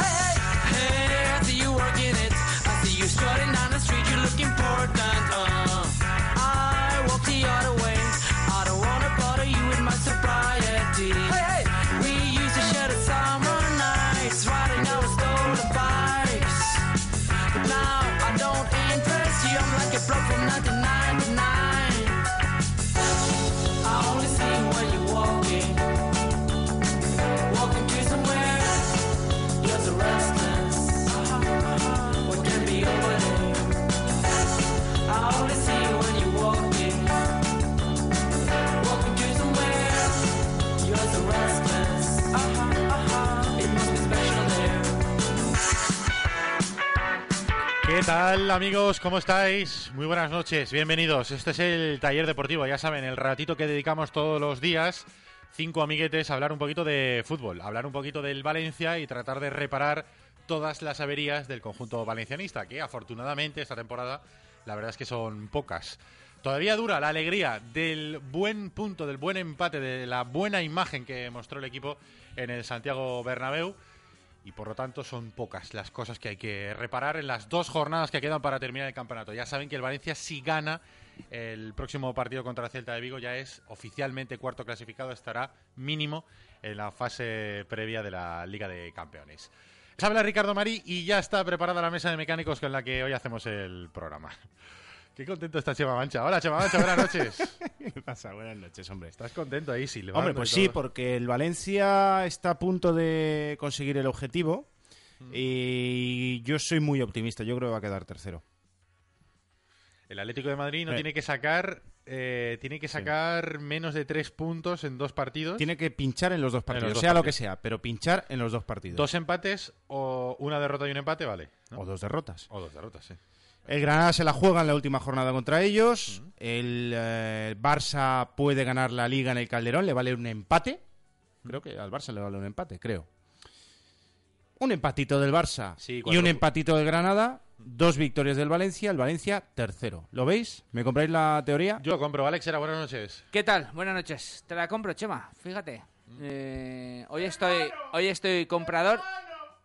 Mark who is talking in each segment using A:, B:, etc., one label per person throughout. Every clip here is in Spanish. A: Hey, I see you working it. I see you strutting down the street. You're looking important. Uh, I walk the other way. I don't wanna bother you with my sobriety. Hey, hey. We used to share the summer nights, riding our stolen bikes. But now I don't impress you. I'm like a bloke from 1999. I only see you when you're walking, walking to somewhere. Love's a restless. What can be over there? I only see you when you're walking. Walking to somewhere. You're so restless. It must be special there.
B: ¿Qué tal amigos? ¿Cómo estáis? Muy buenas noches, bienvenidos. Este es el taller deportivo, ya saben, el ratito que dedicamos todos los días, cinco amiguetes, a hablar un poquito de fútbol, a hablar un poquito del Valencia y tratar de reparar todas las averías del conjunto valencianista, que afortunadamente esta temporada la verdad es que son pocas. Todavía dura la alegría del buen punto, del buen empate, de la buena imagen que mostró el equipo en el Santiago Bernabéu y por lo tanto son pocas las cosas que hay que reparar en las dos jornadas que quedan para terminar el campeonato. Ya saben que el Valencia si gana el próximo partido contra el Celta de Vigo ya es oficialmente cuarto clasificado, estará mínimo en la fase previa de la Liga de Campeones. Les habla Ricardo Marí y ya está preparada la mesa de mecánicos con la que hoy hacemos el programa. Qué contento está Chema Mancha. Hola Chema Mancha, buenas noches.
C: ¿Qué pasa? Buenas noches, hombre.
B: Estás contento ahí, sí.
C: Hombre, pues sí, porque el Valencia está a punto de conseguir el objetivo Mm. y yo soy muy optimista. Yo creo que va a quedar tercero.
B: El Atlético de Madrid no
C: Eh.
B: tiene que sacar, eh, tiene que sacar menos de tres puntos en dos partidos.
C: Tiene que pinchar en los dos partidos,
B: dos
C: sea lo que
B: partidos.
C: sea, pero pinchar en los dos partidos.
B: dos empates o una derrota y un empate, vale. ¿no?
C: O dos derrotas.
B: O dos derrotas, sí.
C: El Granada se la juega en la última jornada contra ellos. El eh, Barça puede ganar la liga en el Calderón. Le vale un empate. Creo que al Barça le vale un empate, creo. Un empatito del Barça
B: Sí,
C: y
B: cuatro
C: un
B: pu-
C: empatito del Granada. Dos victorias del Valencia. El Valencia tercero. ¿Lo veis? ¿Me compráis la teoría?
B: Yo lo compro, Alex, era buenas noches.
D: ¿Qué tal? Buenas noches. Te la compro, Chema. Fíjate. Eh, hoy estoy hoy estoy comprador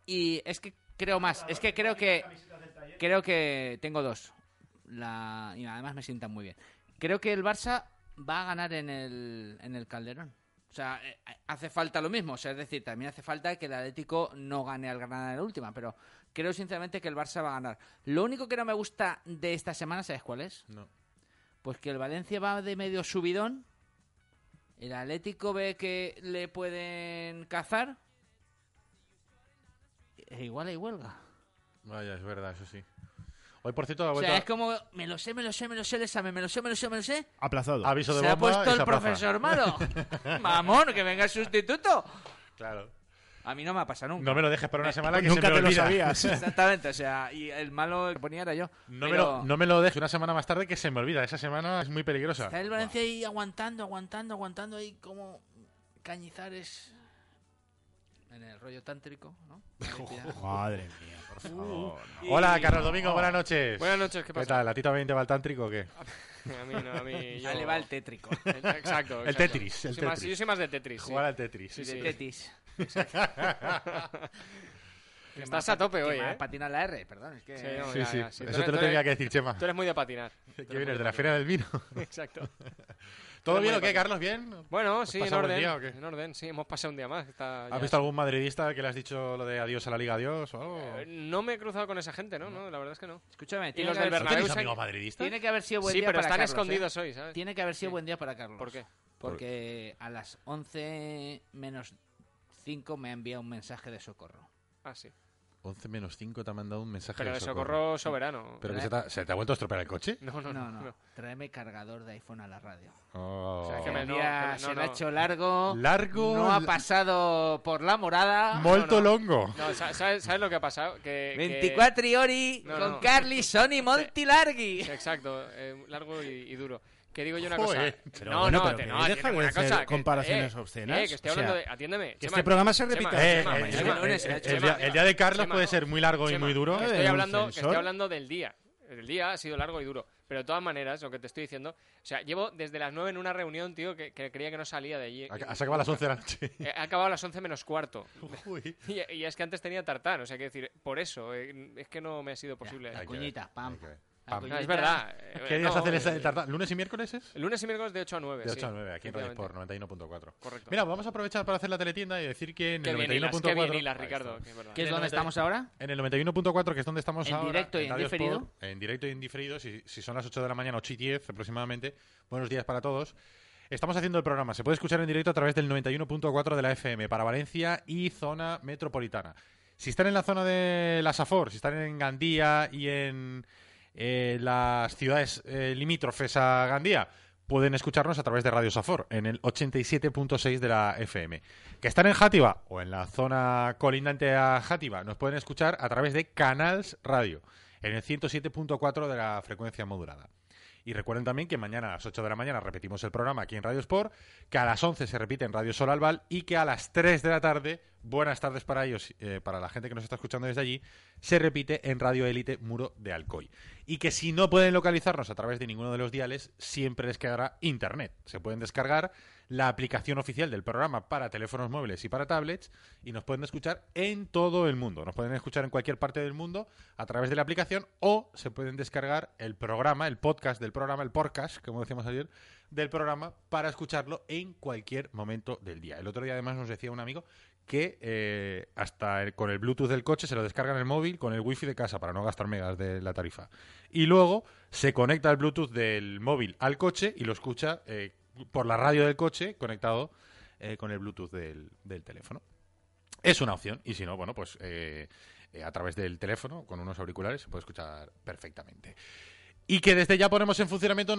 D: y es que creo más. Es que creo que creo que tengo dos. La, y además me sientan muy bien. Creo que el Barça va a ganar en el, en el Calderón. O sea, eh, hace falta lo mismo. O sea, es decir, también hace falta que el Atlético no gane al Granada en la última. Pero creo sinceramente que el Barça va a ganar. Lo único que no me gusta de esta semana, ¿sabes cuál es?
B: No.
D: Pues que el Valencia va de medio subidón. El Atlético ve que le pueden cazar. E igual hay huelga.
B: Vaya, es verdad, eso sí. Hoy, por cierto, ha
D: O
B: vuelto
D: sea, es como, me lo sé, me lo sé, me lo sé el examen, me lo sé, me lo sé, me lo sé.
C: Aplazado.
B: aviso de
D: Se ha
B: bomba y
D: puesto
B: se
D: el
B: aplaza.
D: profesor malo. Mamón, que venga el sustituto.
B: Claro.
D: A mí no me ha pasado nunca.
B: No me lo dejes para
D: Eh,
B: una semana que se
C: Nunca
B: me
C: te lo
B: olvida.
C: sabías.
D: Exactamente, o sea, y el malo que ponía era yo.
B: No, me
D: Pero
B: lo, no me lo dejes una semana más tarde que se me olvida. Esa semana es muy peligrosa.
D: Está el Valencia ahí aguantando, aguantando, aguantando ahí como cañizares en el rollo tántrico, ¿no?
C: Madre mía, por favor.
B: Hola, Carlos
D: Oh.
B: Domingo, buenas noches.
E: Buenas noches, ¿qué
B: ¿Qué
E: pasa?
B: tal? ¿A ti también te va el tántrico o qué?
E: A mí no, a mí. Yo...
D: Ya Ah, le va el tétrico.
E: El- Exacto.
B: El
E: exacto.
B: Tetris, el
E: Soy más-
B: Tetris.
E: yo soy más de Tetris. sí.
B: Jugar al Tetris.
E: Sí,
D: Y de
E: sí.
D: tetis. Que
E: Estás
D: me ha
E: a tope
D: pat-
E: hoy,
D: que me ha
E: ¿eh?
D: patinado la R, perdón. Es que...
E: Sí, no,
B: Sí,
E: ya,
B: sí.
E: ya, sí. Tú
B: Eso
E: eres-
B: te
E: tú
B: lo tenía
E: eres-
B: que decir, Chema.
E: Tú eres muy de patinar. Tú eres
B: Que
E: muy
B: vienes de la Feria del Vino.
E: patinar. Exacto.
B: ¿Todo
E: eres
B: bien
E: muy
B: o qué,
E: de
B: Carlos? ¿Bien?
E: Bueno,
B: ¿Has
E: sí, en
B: pasado buen
E: orden.
B: día o qué?
E: En orden, sí, hemos pasado un día más. Está ya-
B: ¿Has visto algún madridista que le has dicho lo de adiós a la Liga, adiós o algo?
E: Eh, No me he cruzado con esa gente, ¿no? no la verdad es que no.
D: Escúchame,
E: Y
D: tiene
E: los
D: que,
E: del
D: haber,
B: ¿No
E: Bernabéu
B: tenéis
E: se-
B: amigos madridistas?
D: tiene que haber sido buen
E: Sí,
D: día
E: pero
D: para
E: están
D: Carlos, ¿eh?
E: escondidos hoy, ¿sabes?
D: Tiene que haber sido
E: Sí.
D: buen día para Carlos.
E: ¿Por qué?
D: Porque a las 11 menos 5 me ha enviado un mensaje de socorro.
E: Ah, sí.
B: 11 menos 5 te ha mandado un mensaje
E: Pero
B: de
E: de socorro soberano.
D: ¿verdad?
B: ¿Pero que se te, ha, se te ha vuelto a estropear el coche?
E: No, no, no. no.
D: Tráeme cargador de iPhone a la radio.
B: Oh.
E: O sea, que
D: El
E: me- no,
D: día
E: que me- no,
D: se lo
E: no.
D: ha hecho largo.
B: Largo,
D: No ha
B: la-
D: pasado por la morada.
B: Molto
E: no, no.
B: longo.
E: No, sa- ¿sabes, ¿sabes lo que ha pasado? Que, que-
D: 24 y ori
E: No,
D: con
E: no.
D: Carly, Sony, Monti, Largui.
E: Sí, Exacto, eh, largo y, y duro. Que digo yo una
B: Joder,
E: cosa.
C: pero
E: no,
C: bueno,
E: no,
C: pero
E: te-
C: que
E: no,
C: deja
E: atiéndeme
C: de
E: una
C: hacer
E: cosa, que-
C: comparaciones
E: eh,
C: obscenas.
E: eh, que estoy
C: O sea,
E: hablando de. Atiéndeme.
C: que
E: Chema,
C: este programa se repita.
E: Chema,
B: Eh,
E: Chema,
B: eh,
E: Chema,
B: eh,
D: lunes,
B: eh,
D: el
B: el,
D: Chema,
B: día, el día de Carlos
E: Chema,
B: puede
E: no.
B: ser muy largo y
E: Chema,
B: muy duro.
E: que
C: Eh,
E: Estoy
C: un
E: hablando, que estoy
C: sensor.
E: hablando del día. El día ha sido largo y duro. Pero de todas maneras, lo que te estoy diciendo. O sea, llevo desde las 9 en una reunión, tío, que, que creía que no salía de allí.
B: Ha ha acabado a las 11 de la noche.
E: Eh, Ha acabado a las 11 menos cuarto.
B: Uy.
E: Y, y es que antes tenía tartán, o sea, que decir, por eso, eh, es que no me ha sido posible.
D: La
B: Hay que
D: cuñita,
B: ver,
D: pam.
B: hay que ver.
D: La
B: Pam.
E: No,
D: cuñita.
E: es verdad. eh,
B: ¿Qué días
E: no,
B: hacen esta
E: eh,
B: de tarta? ¿Lunes y miércoles es?
E: Lunes y miércoles de 8 a 9.
B: De 8
E: sí,
B: a 9, aquí en Radio Sport
E: efectivamente.
B: 91.4.
E: Correcto.
B: Mira, vamos a aprovechar para hacer la teletienda y decir que en
E: qué
B: el
E: bien hilas,
B: 91.4.
E: qué bien hilas,
B: Ahí
E: Ricardo.
B: está.
E: que es verdad.
D: ¿Qué es
B: De
D: donde
B: 90.
D: estamos ahora?
B: En el 91.4, que es donde estamos
D: En
B: ahora.
D: directo y en
B: Radio
D: diferido.
B: Sport, en directo y en diferido, si, si son las 8 de la mañana, 8 y 10 aproximadamente. Buenos días para todos. Estamos haciendo el programa. Se puede escuchar en directo a través del 91.4 de la FM para Valencia y zona metropolitana. Si están en la zona de la Safor, si están en Gandía y en eh, las ciudades eh, limítrofes a Gandía, pueden escucharnos a través de Radio Safor en el 87.6 de la FM. Que están en Játiva o en la zona colindante a Játiva, nos pueden escuchar a través de Canals Radio en el 107.4 de la frecuencia modulada. Y recuerden también que mañana a las 8 de la mañana repetimos el programa aquí en Radio Sport, que a las 11 se repite en Radio Sol Albal y que a las 3 de la tarde, buenas tardes para ellos, eh, para la gente que nos está escuchando desde allí, se repite en Radio Élite Muro de Alcoy. Y que si no pueden localizarnos a través de ninguno de los diales, siempre les quedará internet. Se pueden descargar la aplicación oficial del programa para teléfonos móviles y para tablets y nos pueden escuchar en todo el mundo. Nos pueden escuchar en cualquier parte del mundo a través de la aplicación o se pueden descargar el programa, el podcast del programa, el podcast, como decíamos ayer, del programa para escucharlo en cualquier momento del día. El otro día además nos decía un amigo que eh, hasta el- con el Bluetooth del coche se lo descarga en el móvil con el wifi de casa para no gastar megas de la tarifa. Y luego se conecta el Bluetooth del móvil al coche y lo escucha eh, por la radio del coche conectado eh, con el Bluetooth del, del teléfono. Es una opción y si no, bueno, pues eh, eh, a través del teléfono con unos auriculares se puede escuchar perfectamente. Y que desde ya ponemos en funcionamiento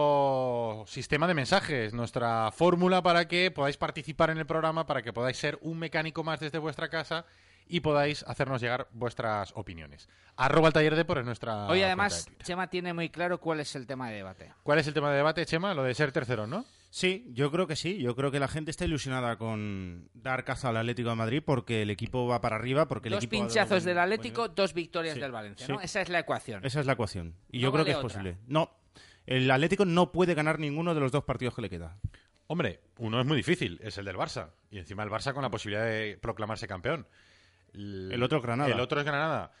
B: nuestro sistema de mensajes, nuestra fórmula para que podáis participar en el programa, para que podáis ser un mecánico más desde vuestra casa y podáis hacernos llegar vuestras opiniones. Arroba el taller de por es nuestra...
D: Hoy
B: cuenta
D: además
B: de Twitter.
D: Chema tiene muy claro cuál es el tema de debate.
B: ¿Cuál es el tema de debate, Chema? Lo de ser tercero, ¿no?
C: Sí, yo creo que sí. Yo creo que la gente está ilusionada con dar caza al Atlético de Madrid porque el equipo va para arriba, porque el
D: Dos
C: equipo ha dado
D: pinchazos
C: buen-
D: del
C: buen
D: Atlético,
C: nivel.
D: dos victorias
C: Sí,
D: del Valencia,
C: sí.
D: ¿no? Esa es la ecuación.
C: Esa es la ecuación. Y
D: No
C: yo
D: vale
C: creo que es
D: otra.
C: posible. No, el Atlético no puede ganar ninguno de los dos partidos que le queda.
B: Hombre, uno es muy difícil, es el del Barça. Y encima el Barça con la posibilidad de proclamarse campeón. L-
C: El otro es Granada.
B: El otro es Granada.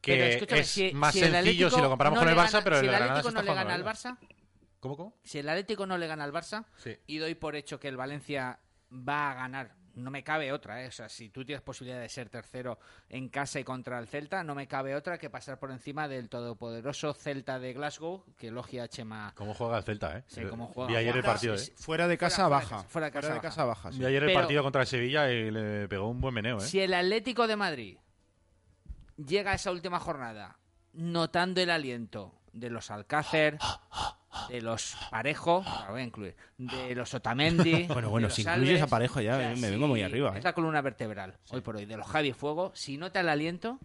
B: Que
D: Pero escúchame,
B: es
D: si-
B: más
D: si el
B: sencillo
D: Atlético
B: si lo comparamos
D: no
B: con el
D: le
B: Barça,
D: gana-
B: pero
D: si
B: el
D: el
B: Granada se
D: Atlético
B: está
D: no le
B: jugando
D: gana
B: la
D: al
B: vida.
D: Barça,
B: ¿Cómo, cómo?
D: si el Atlético no le gana al Barça,
B: Sí.
D: y doy por hecho que el Valencia va a ganar. No me cabe otra, ¿eh? O sea, si tú tienes posibilidad de ser tercero en casa y contra el Celta, no me cabe otra que pasar por encima del todopoderoso Celta de Glasgow, que elogia a Chema.
B: ¿Cómo juega el Celta, eh?
D: Sí, cómo juega.
B: Vi ayer el
D: Juega,
B: partido, eh.
D: sí, sí.
C: Fuera de casa
D: Fuera- fuera de
C: baja.
D: casa, fuera de casa baja.
C: baja. sí.
B: Vi ayer el
D: Pero-
B: partido contra el Sevilla y le pegó un buen meneo, eh.
D: Si el Atlético de Madrid llega a esa última jornada notando el aliento de los Alcácer, de los Parejo, la voy a incluir, de los Otamendi.
C: Bueno, bueno,
D: de los
C: si incluyes
D: Alves,
C: a Parejo ya, eh, me vengo muy
D: si
C: arriba, eh.
D: Es la columna vertebral, hoy por hoy, de los Javi Fuego. Si nota el aliento,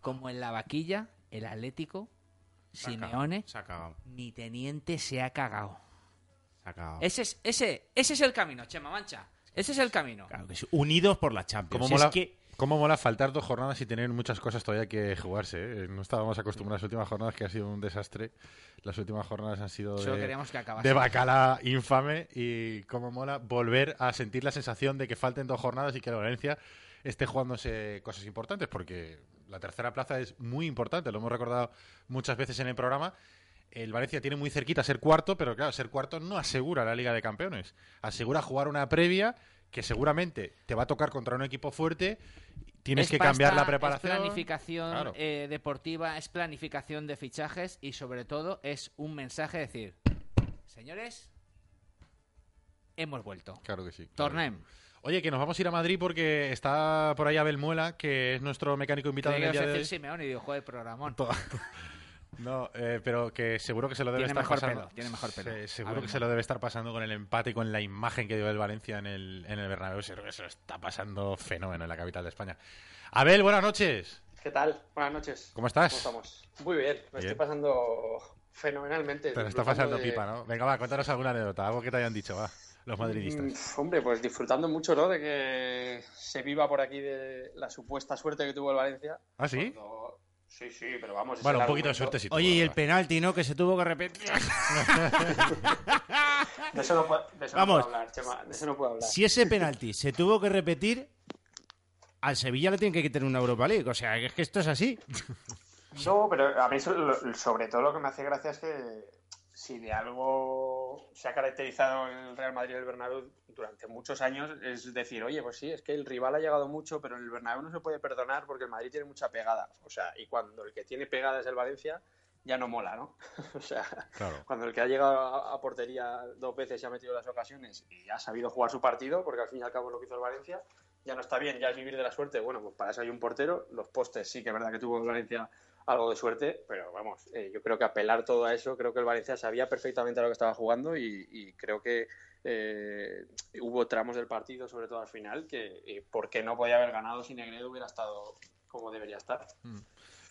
D: como en la vaquilla, el Atlético, Simeone,
C: Se ha cagado.
D: mi teniente se ha cagado.
C: Se ha cagado.
D: Ese es, ese, ese es el camino, Chema Mancha. Ese es el camino.
C: Claro que sí. Unidos por la Champions.
B: ¿Cómo
C: Es
B: mola,
C: que-
B: cómo mola faltar dos jornadas y tener muchas cosas todavía que jugarse? ¿eh? No estábamos acostumbrados a las últimas jornadas, que ha sido un desastre. Las últimas jornadas han sido
D: Solo
B: de,
D: queríamos que acabase.
B: de bacala infame y cómo mola volver a sentir la sensación de que falten dos jornadas y que la Valencia esté jugándose cosas importantes, porque la tercera plaza es muy importante, lo hemos recordado muchas veces en el programa. El Valencia tiene muy cerquita ser cuarto, pero claro, ser cuarto no asegura la Liga de Campeones. Asegura jugar una previa que seguramente te va a tocar contra un equipo fuerte. Tienes
D: Es
B: que cambiar
D: pasta,
B: la preparación.
D: Es planificación
B: Claro.
D: eh, deportiva, es planificación de fichajes y sobre todo es un mensaje decir, señores, hemos vuelto.
B: Claro que sí. claro que sí.
D: Tornem.
B: Oye, que nos vamos a ir a Madrid porque está por ahí Abel Muela, que es nuestro mecánico invitado en
D: Tenía
B: el
D: que
B: día de
D: decir
B: hoy.
D: Simeone y digo, joder, programón.
B: To- No, eh, pero que seguro que se lo debe
D: Tiene
B: estar
D: mejor
B: pasando.
D: pelo, tiene mejor pelo.
B: Se- seguro
D: Abel
B: que se lo debe estar pasando con el empate y con la imagen que dio el Valencia en el, en el Bernabéu. Seguro que se lo está pasando fenómeno en la capital de España. Abel, buenas noches.
F: ¿Qué tal? Buenas noches.
B: ¿Cómo estás?
F: estamos? Muy bien, me
B: Bien.
F: estoy pasando fenomenalmente.
B: Te lo está
F: disfrutando
B: pasando
F: de-
B: pipa, ¿no? Venga, va, cuéntanos alguna anécdota, algo que te hayan dicho, va, los madridistas.
F: Mm, Hombre, pues disfrutando mucho, ¿no? De que se viva por aquí de la supuesta suerte que tuvo el Valencia.
B: ¿Ah, sí?
F: Cuando- Sí, sí, pero vamos. es
B: Bueno,
F: el
B: un poquito de
F: argumento.
B: suerte sí. tuvo,
C: Oye, y el
B: ¿verdad?
C: penalti, ¿no? Que se tuvo que repetir.
F: De eso no, puedo, de eso
C: Vamos.
F: no puedo hablar, Chema. De eso no puedo hablar.
C: Si ese penalti se tuvo que repetir, al Sevilla le tienen que quitar una Europa League. O sea, que es que esto es así.
F: No, pero a mí so- lo- sobre todo lo que me hace gracia es que si de algo se ha caracterizado el Real Madrid y el Bernabéu durante muchos años es decir, oye, pues sí, es que el rival ha llegado mucho, pero en el Bernabéu no se puede perdonar porque el Madrid tiene mucha pegada. O sea, y cuando el que tiene pegada es el Valencia, ya no mola, ¿no? o sea,
B: Claro.
F: cuando el que ha llegado a, a portería dos veces y ha metido las ocasiones y ha sabido jugar su partido, porque al fin y al cabo es lo que hizo el Valencia, ya no está bien, ya es vivir de la suerte. Bueno, pues para eso hay un portero. Los postes sí que es verdad que tuvo el Valencia algo de suerte, pero vamos, eh, yo creo que apelar todo a eso, creo que el Valencia sabía perfectamente a lo que estaba jugando y, y creo que eh, hubo tramos del partido, sobre todo al final, que eh, porque no podía haber ganado si Negredo hubiera estado como debería estar.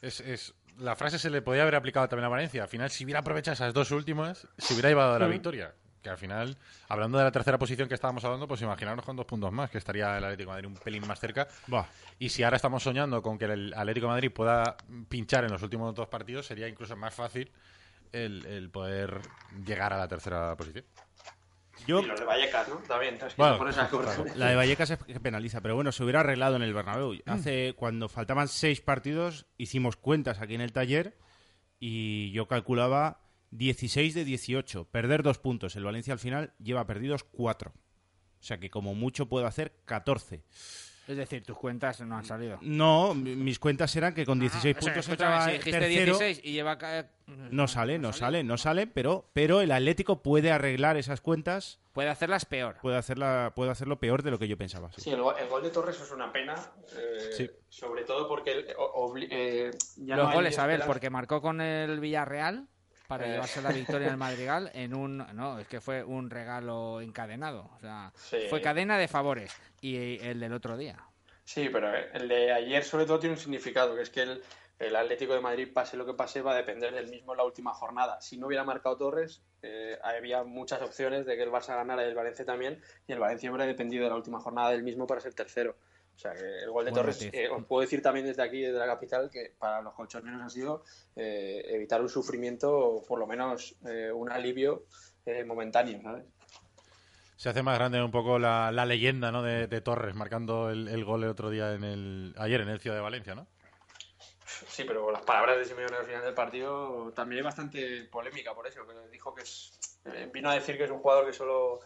B: Es, es- la frase se le podía haber aplicado también a Valencia. Al final, si hubiera aprovechado esas dos últimas, se hubiera llevado a la victoria. Que al final, hablando de la tercera posición que estábamos hablando, pues imaginaros con dos puntos más, que estaría el Atlético de Madrid un pelín más cerca. Y si ahora estamos soñando con que el Atlético de Madrid pueda pinchar en los últimos dos partidos, sería incluso más fácil el, el poder llegar a la tercera posición.
C: Yo,
F: Y los de Vallecas, ¿no? También, es que
B: Bueno,
F: no pones a-
B: claro.
C: la de Vallecas es que penaliza, pero bueno, se hubiera arreglado en el Bernabéu.
D: Mm.
C: Hace, cuando faltaban seis partidos, hicimos cuentas aquí en el taller y yo calculaba 16 de 18. Perder dos puntos. El Valencia al final lleva perdidos cuatro. O sea que como mucho puedo hacer 14.
D: Es decir, tus cuentas no han salido.
C: No, mi- mis cuentas eran que con 16
D: Ah, O sea,
C: puntos
D: escúchame,
C: entraba
D: si dijiste
C: tercero.
D: 16 y lleva... ca-
C: No sale, no sale, no sale, pero, pero el Atlético puede arreglar esas cuentas,
D: Puede hacerlas peor.
C: puede, hacerla, puede hacerlo peor de lo que yo pensaba. sí.
F: Sí, el, go- el gol de Torres es una pena, eh,
B: Sí.
F: sobre todo porque el- o- obli- eh, ya no
D: Los
F: hay
D: goles, a ver,
F: esperanza.
D: porque marcó con el Villarreal para
F: Eh.
D: llevarse la victoria en el Madrigal en un... No, es que fue un regalo encadenado. O sea,
F: Sí.
D: fue cadena de favores. Y el del otro día.
F: Sí, pero eh, el de ayer sobre todo tiene un significado, que es que el, el Atlético de Madrid, pase lo que pase, va a depender del mismo en la última jornada. Si no hubiera marcado Torres, eh, había muchas opciones de que el Barça ganara y el Valencia también, y el Valencia hubiera dependido de la última jornada del mismo para ser tercero. O sea, que el gol de
D: Buen
F: Torres,
D: matiz.
F: eh, os puedo decir también desde aquí, desde la capital, que para los colchoneros ha sido eh, evitar un sufrimiento o por lo menos eh, un alivio eh, momentáneo, ¿sabes?
B: Se hace más grande un poco la, la leyenda ¿no? de, de Torres, marcando el, el gol el otro día, en el, ayer en el Ciudad de Valencia, ¿no?
F: Sí, pero las palabras de Simeone al final del partido también es bastante polémica por eso, que dijo que es, eh, vino a decir que es un jugador que solo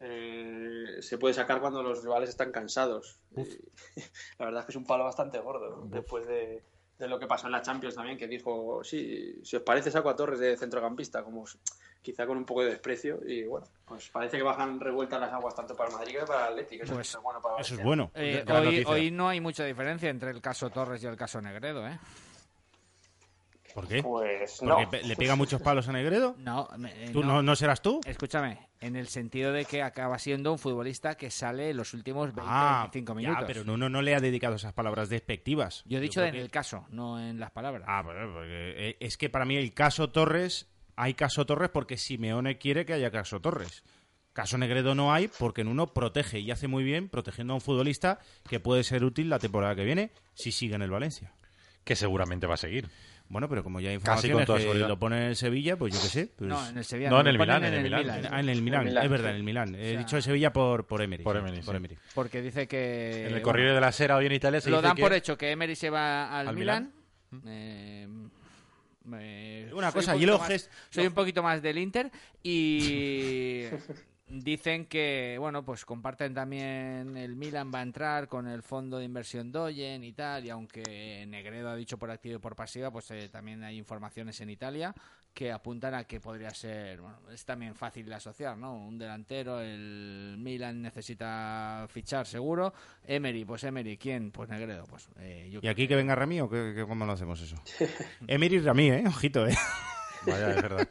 F: eh, se puede sacar cuando los rivales están cansados. Y la verdad es que es un palo bastante gordo, ¿no? después de, de lo que pasó en la Champions también, que dijo, sí, si os parece saco a Torres de centrocampista, como s- quizá con un poco de desprecio, y bueno, pues parece que bajan revueltas las aguas tanto para el Madrid que para el Atlético, eso
D: Pues,
F: es bueno para
C: Eso es
F: Valencia.
C: bueno.
D: Eh,
B: Gran
D: hoy,
B: noticia.
D: hoy no hay mucha diferencia entre el caso Torres y el caso Negredo, ¿eh?
C: ¿Por qué?
F: Pues
C: Porque
F: no.
C: pe- le pega muchos palos a Negredo.
D: No, me- eh,
C: ¿Tú no, no serás tú?
D: Escúchame, en el sentido de que acaba siendo un futbolista que sale en los últimos 20 25
C: Ah, ya,
D: minutos.
C: pero uno no le ha dedicado esas palabras despectivas.
D: Yo he dicho
C: creo
D: en
C: que-
D: el caso, no en las palabras.
C: Ah, bueno, porque eh, es que para mí el caso Torres, hay caso Torres porque Simeone quiere que haya caso Torres. Caso Negredo no hay porque en uno protege y hace muy bien protegiendo a un futbolista que puede ser útil la temporada que viene si sigue en el Valencia.
B: Que seguramente va a seguir.
C: Bueno, pero como ya hay
B: Casi con
C: informaciones
B: toda
C: que
B: seguridad.
C: lo pone el Sevilla, pues yo qué sé. pues-
D: No, en el Sevilla.
B: No, en
D: lo
B: el
D: ponen
B: Milán, en el Milán.
C: Ah, en el Milán,
F: Milán,
C: es verdad,
F: sí.
C: en el Milán. He
D: sea-
C: dicho el Sevilla por, por Emery.
B: Por
C: sí,
B: Emery, sí.
D: Porque dice que.
B: en el
D: Eh, bueno,
B: corrido de la Sera hoy en Italia se
D: lo
B: dice
D: dan
B: que-
D: por hecho que Emery se va al,
B: al
D: Milán. Eh, me-
C: Una
D: soy
C: cosa,
D: un
C: y luego
D: poquito más-
C: gest-
D: Soy un poquito más del Inter y. Dicen que, bueno, pues comparten también el Milan va a entrar con el fondo de inversión Doyen y tal, y aunque Negredo ha dicho por activa y por pasiva, pues eh, también hay informaciones en Italia que apuntan a que podría ser, bueno, es también fácil de asociar, ¿no? Un delantero, el Milan necesita fichar seguro, Emery, pues Emery, ¿quién? Pues Negredo, pues eh, yo
C: ¿Y
D: creo
C: aquí que venga Rami o qué- qué- cómo lo hacemos eso? Emery y Rami, ¿eh? Ojito, ¿eh?
B: Vaya, es verdad.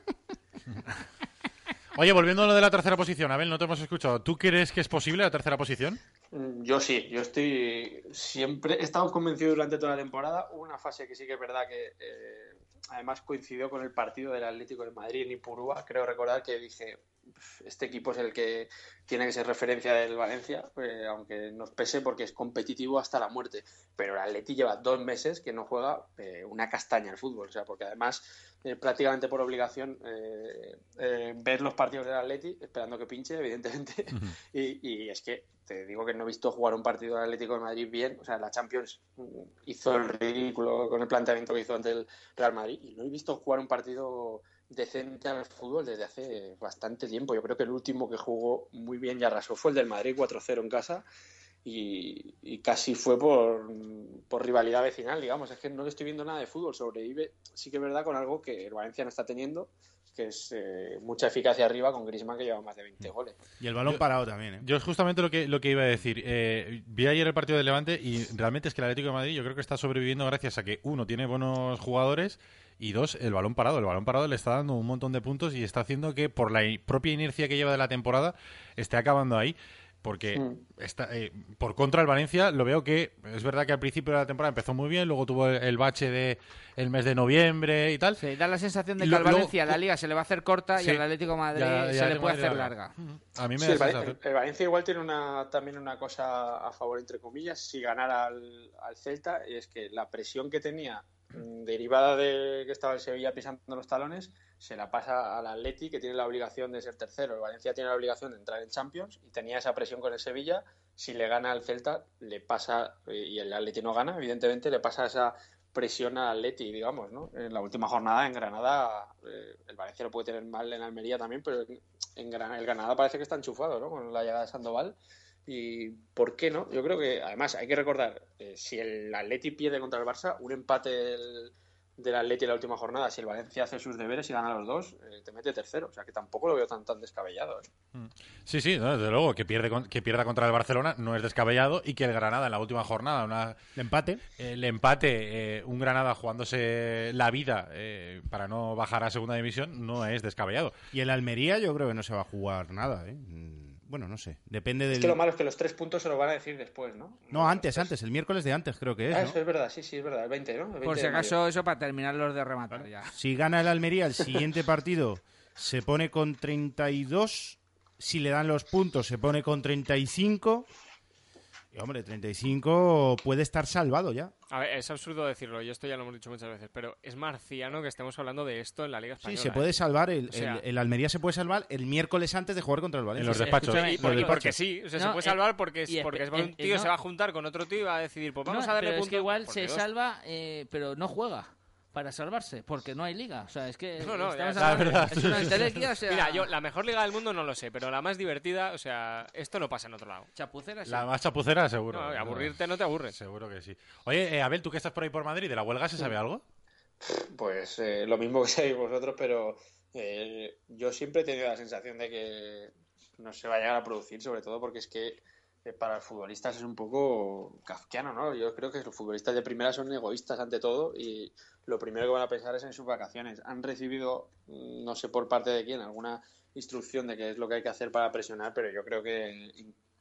B: Oye, volviendo a lo de la tercera posición, Abel, no te hemos escuchado. ¿Tú crees que es posible la tercera posición?
F: Mm, Yo sí, yo estoy siempre, he estado convencido durante toda la temporada, Hubo una fase que sí que es verdad que eh, además coincidió con el partido del Atlético de Madrid en Ipurúa, creo recordar que dije, "Uf, este equipo es el que tiene que ser referencia del Valencia, eh, aunque nos pese porque es competitivo hasta la muerte, pero el Atleti lleva dos meses que no juega eh, una castaña al fútbol, o sea, porque además eh, prácticamente por obligación eh, eh, ver los partidos del Atleti, esperando que pinche, evidentemente, y, y es que te digo que no he visto jugar un partido del Atlético de Madrid bien. O sea, la Champions mm, hizo el ridículo con el planteamiento que hizo ante el Real Madrid. Y no he visto jugar un partido decente al fútbol desde hace bastante tiempo. Yo creo que el último que jugó muy bien y arrasó fue el del Madrid 4-0 en casa. Y, y casi fue por, por rivalidad vecinal, digamos. Es que no le estoy viendo nada de fútbol. Sobrevive, sí que es verdad, con algo que el Valencia no está teniendo, que es eh, mucha eficacia arriba con Griezmann que lleva más de 20 goles.
C: Y el balón parado también, ¿eh?
B: Yo es justamente lo que, lo que iba a decir. Eh, vi ayer el partido del Levante y realmente es que el Atlético de Madrid yo creo que está sobreviviendo gracias a que, uno, tiene buenos jugadores y, dos, el balón parado. El balón parado le está dando un montón de puntos y está haciendo que, por la i- propia inercia que lleva de la temporada, esté acabando ahí. Porque está, eh, por contra el Valencia lo veo que es verdad que al principio de la temporada empezó muy bien, luego tuvo el bache de el mes de noviembre y tal.
D: Sí, da la sensación de que
B: Lo-
D: al
B: luego-
D: Valencia la liga se le va a hacer corta y
B: Sí.
D: al Atlético de Madrid
B: Ya- ya
D: se le
B: tengo
D: puede
B: idea.
D: hacer larga.
B: Ujú. A mí me
F: Sí,
B: da
F: el,
B: esa
F: Valen-
B: sensación.
F: el Valencia igual tiene una, también una cosa a favor, entre comillas, si ganara al, al Celta, y es que la presión que tenía mm, derivada de que estaba el Sevilla pisando los talones, se la pasa al Atleti, que tiene la obligación de ser tercero. El Valencia tiene la obligación de entrar en Champions y tenía esa presión con el Sevilla. Si le gana al Celta, le pasa, eh, y el Atleti no gana, evidentemente, le pasa esa presión al Atleti, digamos, ¿no? En la última jornada en Granada, eh, el Valencia lo puede tener mal en Almería también, pero en- en Granada, el Granada parece que está enchufado, ¿no? Con la llegada de Sandoval. ¿Y por qué no? Yo creo que, además, hay que recordar, eh, si el Atleti pierde contra el Barça, un empate del, del Atleti en la última jornada, si el Valencia hace sus deberes y gana los dos, eh, te mete tercero. O sea, que tampoco lo veo tan, tan descabellado. ¿eh?
B: Sí, sí, no, desde luego, que, pierde con- que pierda contra el Barcelona no es descabellado y que el Granada en la última jornada, una-
C: El empate. Eh,
B: el empate, eh, un Granada jugándose la vida eh, para no bajar a segunda división, no es descabellado.
C: Y el Almería yo creo que no se va a jugar nada, ¿eh? Mm, Bueno, no sé. Depende del...
F: Es que lo malo es que los tres puntos se lo van a decir después, ¿no?
C: No, antes, antes. El miércoles de antes creo que es,
F: Ah,
C: ¿no?
F: eso es verdad, sí, sí, es verdad, el 20, ¿no? El 20
D: Por si
F: de mayo.
D: acaso, eso para terminar los de rematar ya.
C: Si gana el Almería el siguiente partido, se pone con 32. Si le dan los puntos, se pone con 35. Y hombre, 35 puede estar salvado ya.
E: A ver, es absurdo decirlo, y esto ya lo hemos dicho muchas veces, pero es marciano que estemos hablando de esto en la Liga
C: Sí,
E: Española.
C: se
E: ¿eh?
C: puede salvar. El,
E: O sea-
C: el- el Almería se puede salvar el miércoles antes de jugar contra el Valencia.
B: En los despachos.
E: Escúchame,
D: Los
E: y, por- y
C: despachos.
E: porque sí, o sea, se
D: No,
E: puede
D: eh,
E: salvar porque, es,
D: y espe-
E: porque es porque
D: eh,
E: un
D: eh,
E: tío
D: no.
E: se va a juntar con otro tío y va a decidir, pues vamos
D: No,
E: a darle
D: pero
E: puntos.
D: es que igual
E: por
D: se
E: Dios.
D: salva, eh, pero no juega para salvarse, porque no hay liga. O sea, es que
E: No, no,
D: estamos
E: ya, ya.
D: hablando-
B: La verdad.
D: es una entelequia, o sea,
E: Mira, yo la mejor liga del mundo no lo sé, pero la más divertida, o sea, esto no pasa en otro lado.
D: chapucera. sí.
B: La más chapucera, seguro.
E: No, aburrirte no te aburres.
B: Seguro que sí. Oye, eh, Abel, tú que estás por ahí por Madrid, ¿de la huelga se sabe algo?
F: Pues eh, lo mismo que sabéis vosotros, pero eh, yo siempre he tenido la sensación de que no se va a llegar a producir, sobre todo porque es que eh, para los futbolistas es un poco kafkiano, ¿no? Yo creo que los futbolistas de primera son egoístas ante todo y lo primero que van a pensar es en sus vacaciones. Han recibido, mm, no sé por parte de quién, alguna instrucción de qué es lo que hay que hacer para presionar, pero yo creo que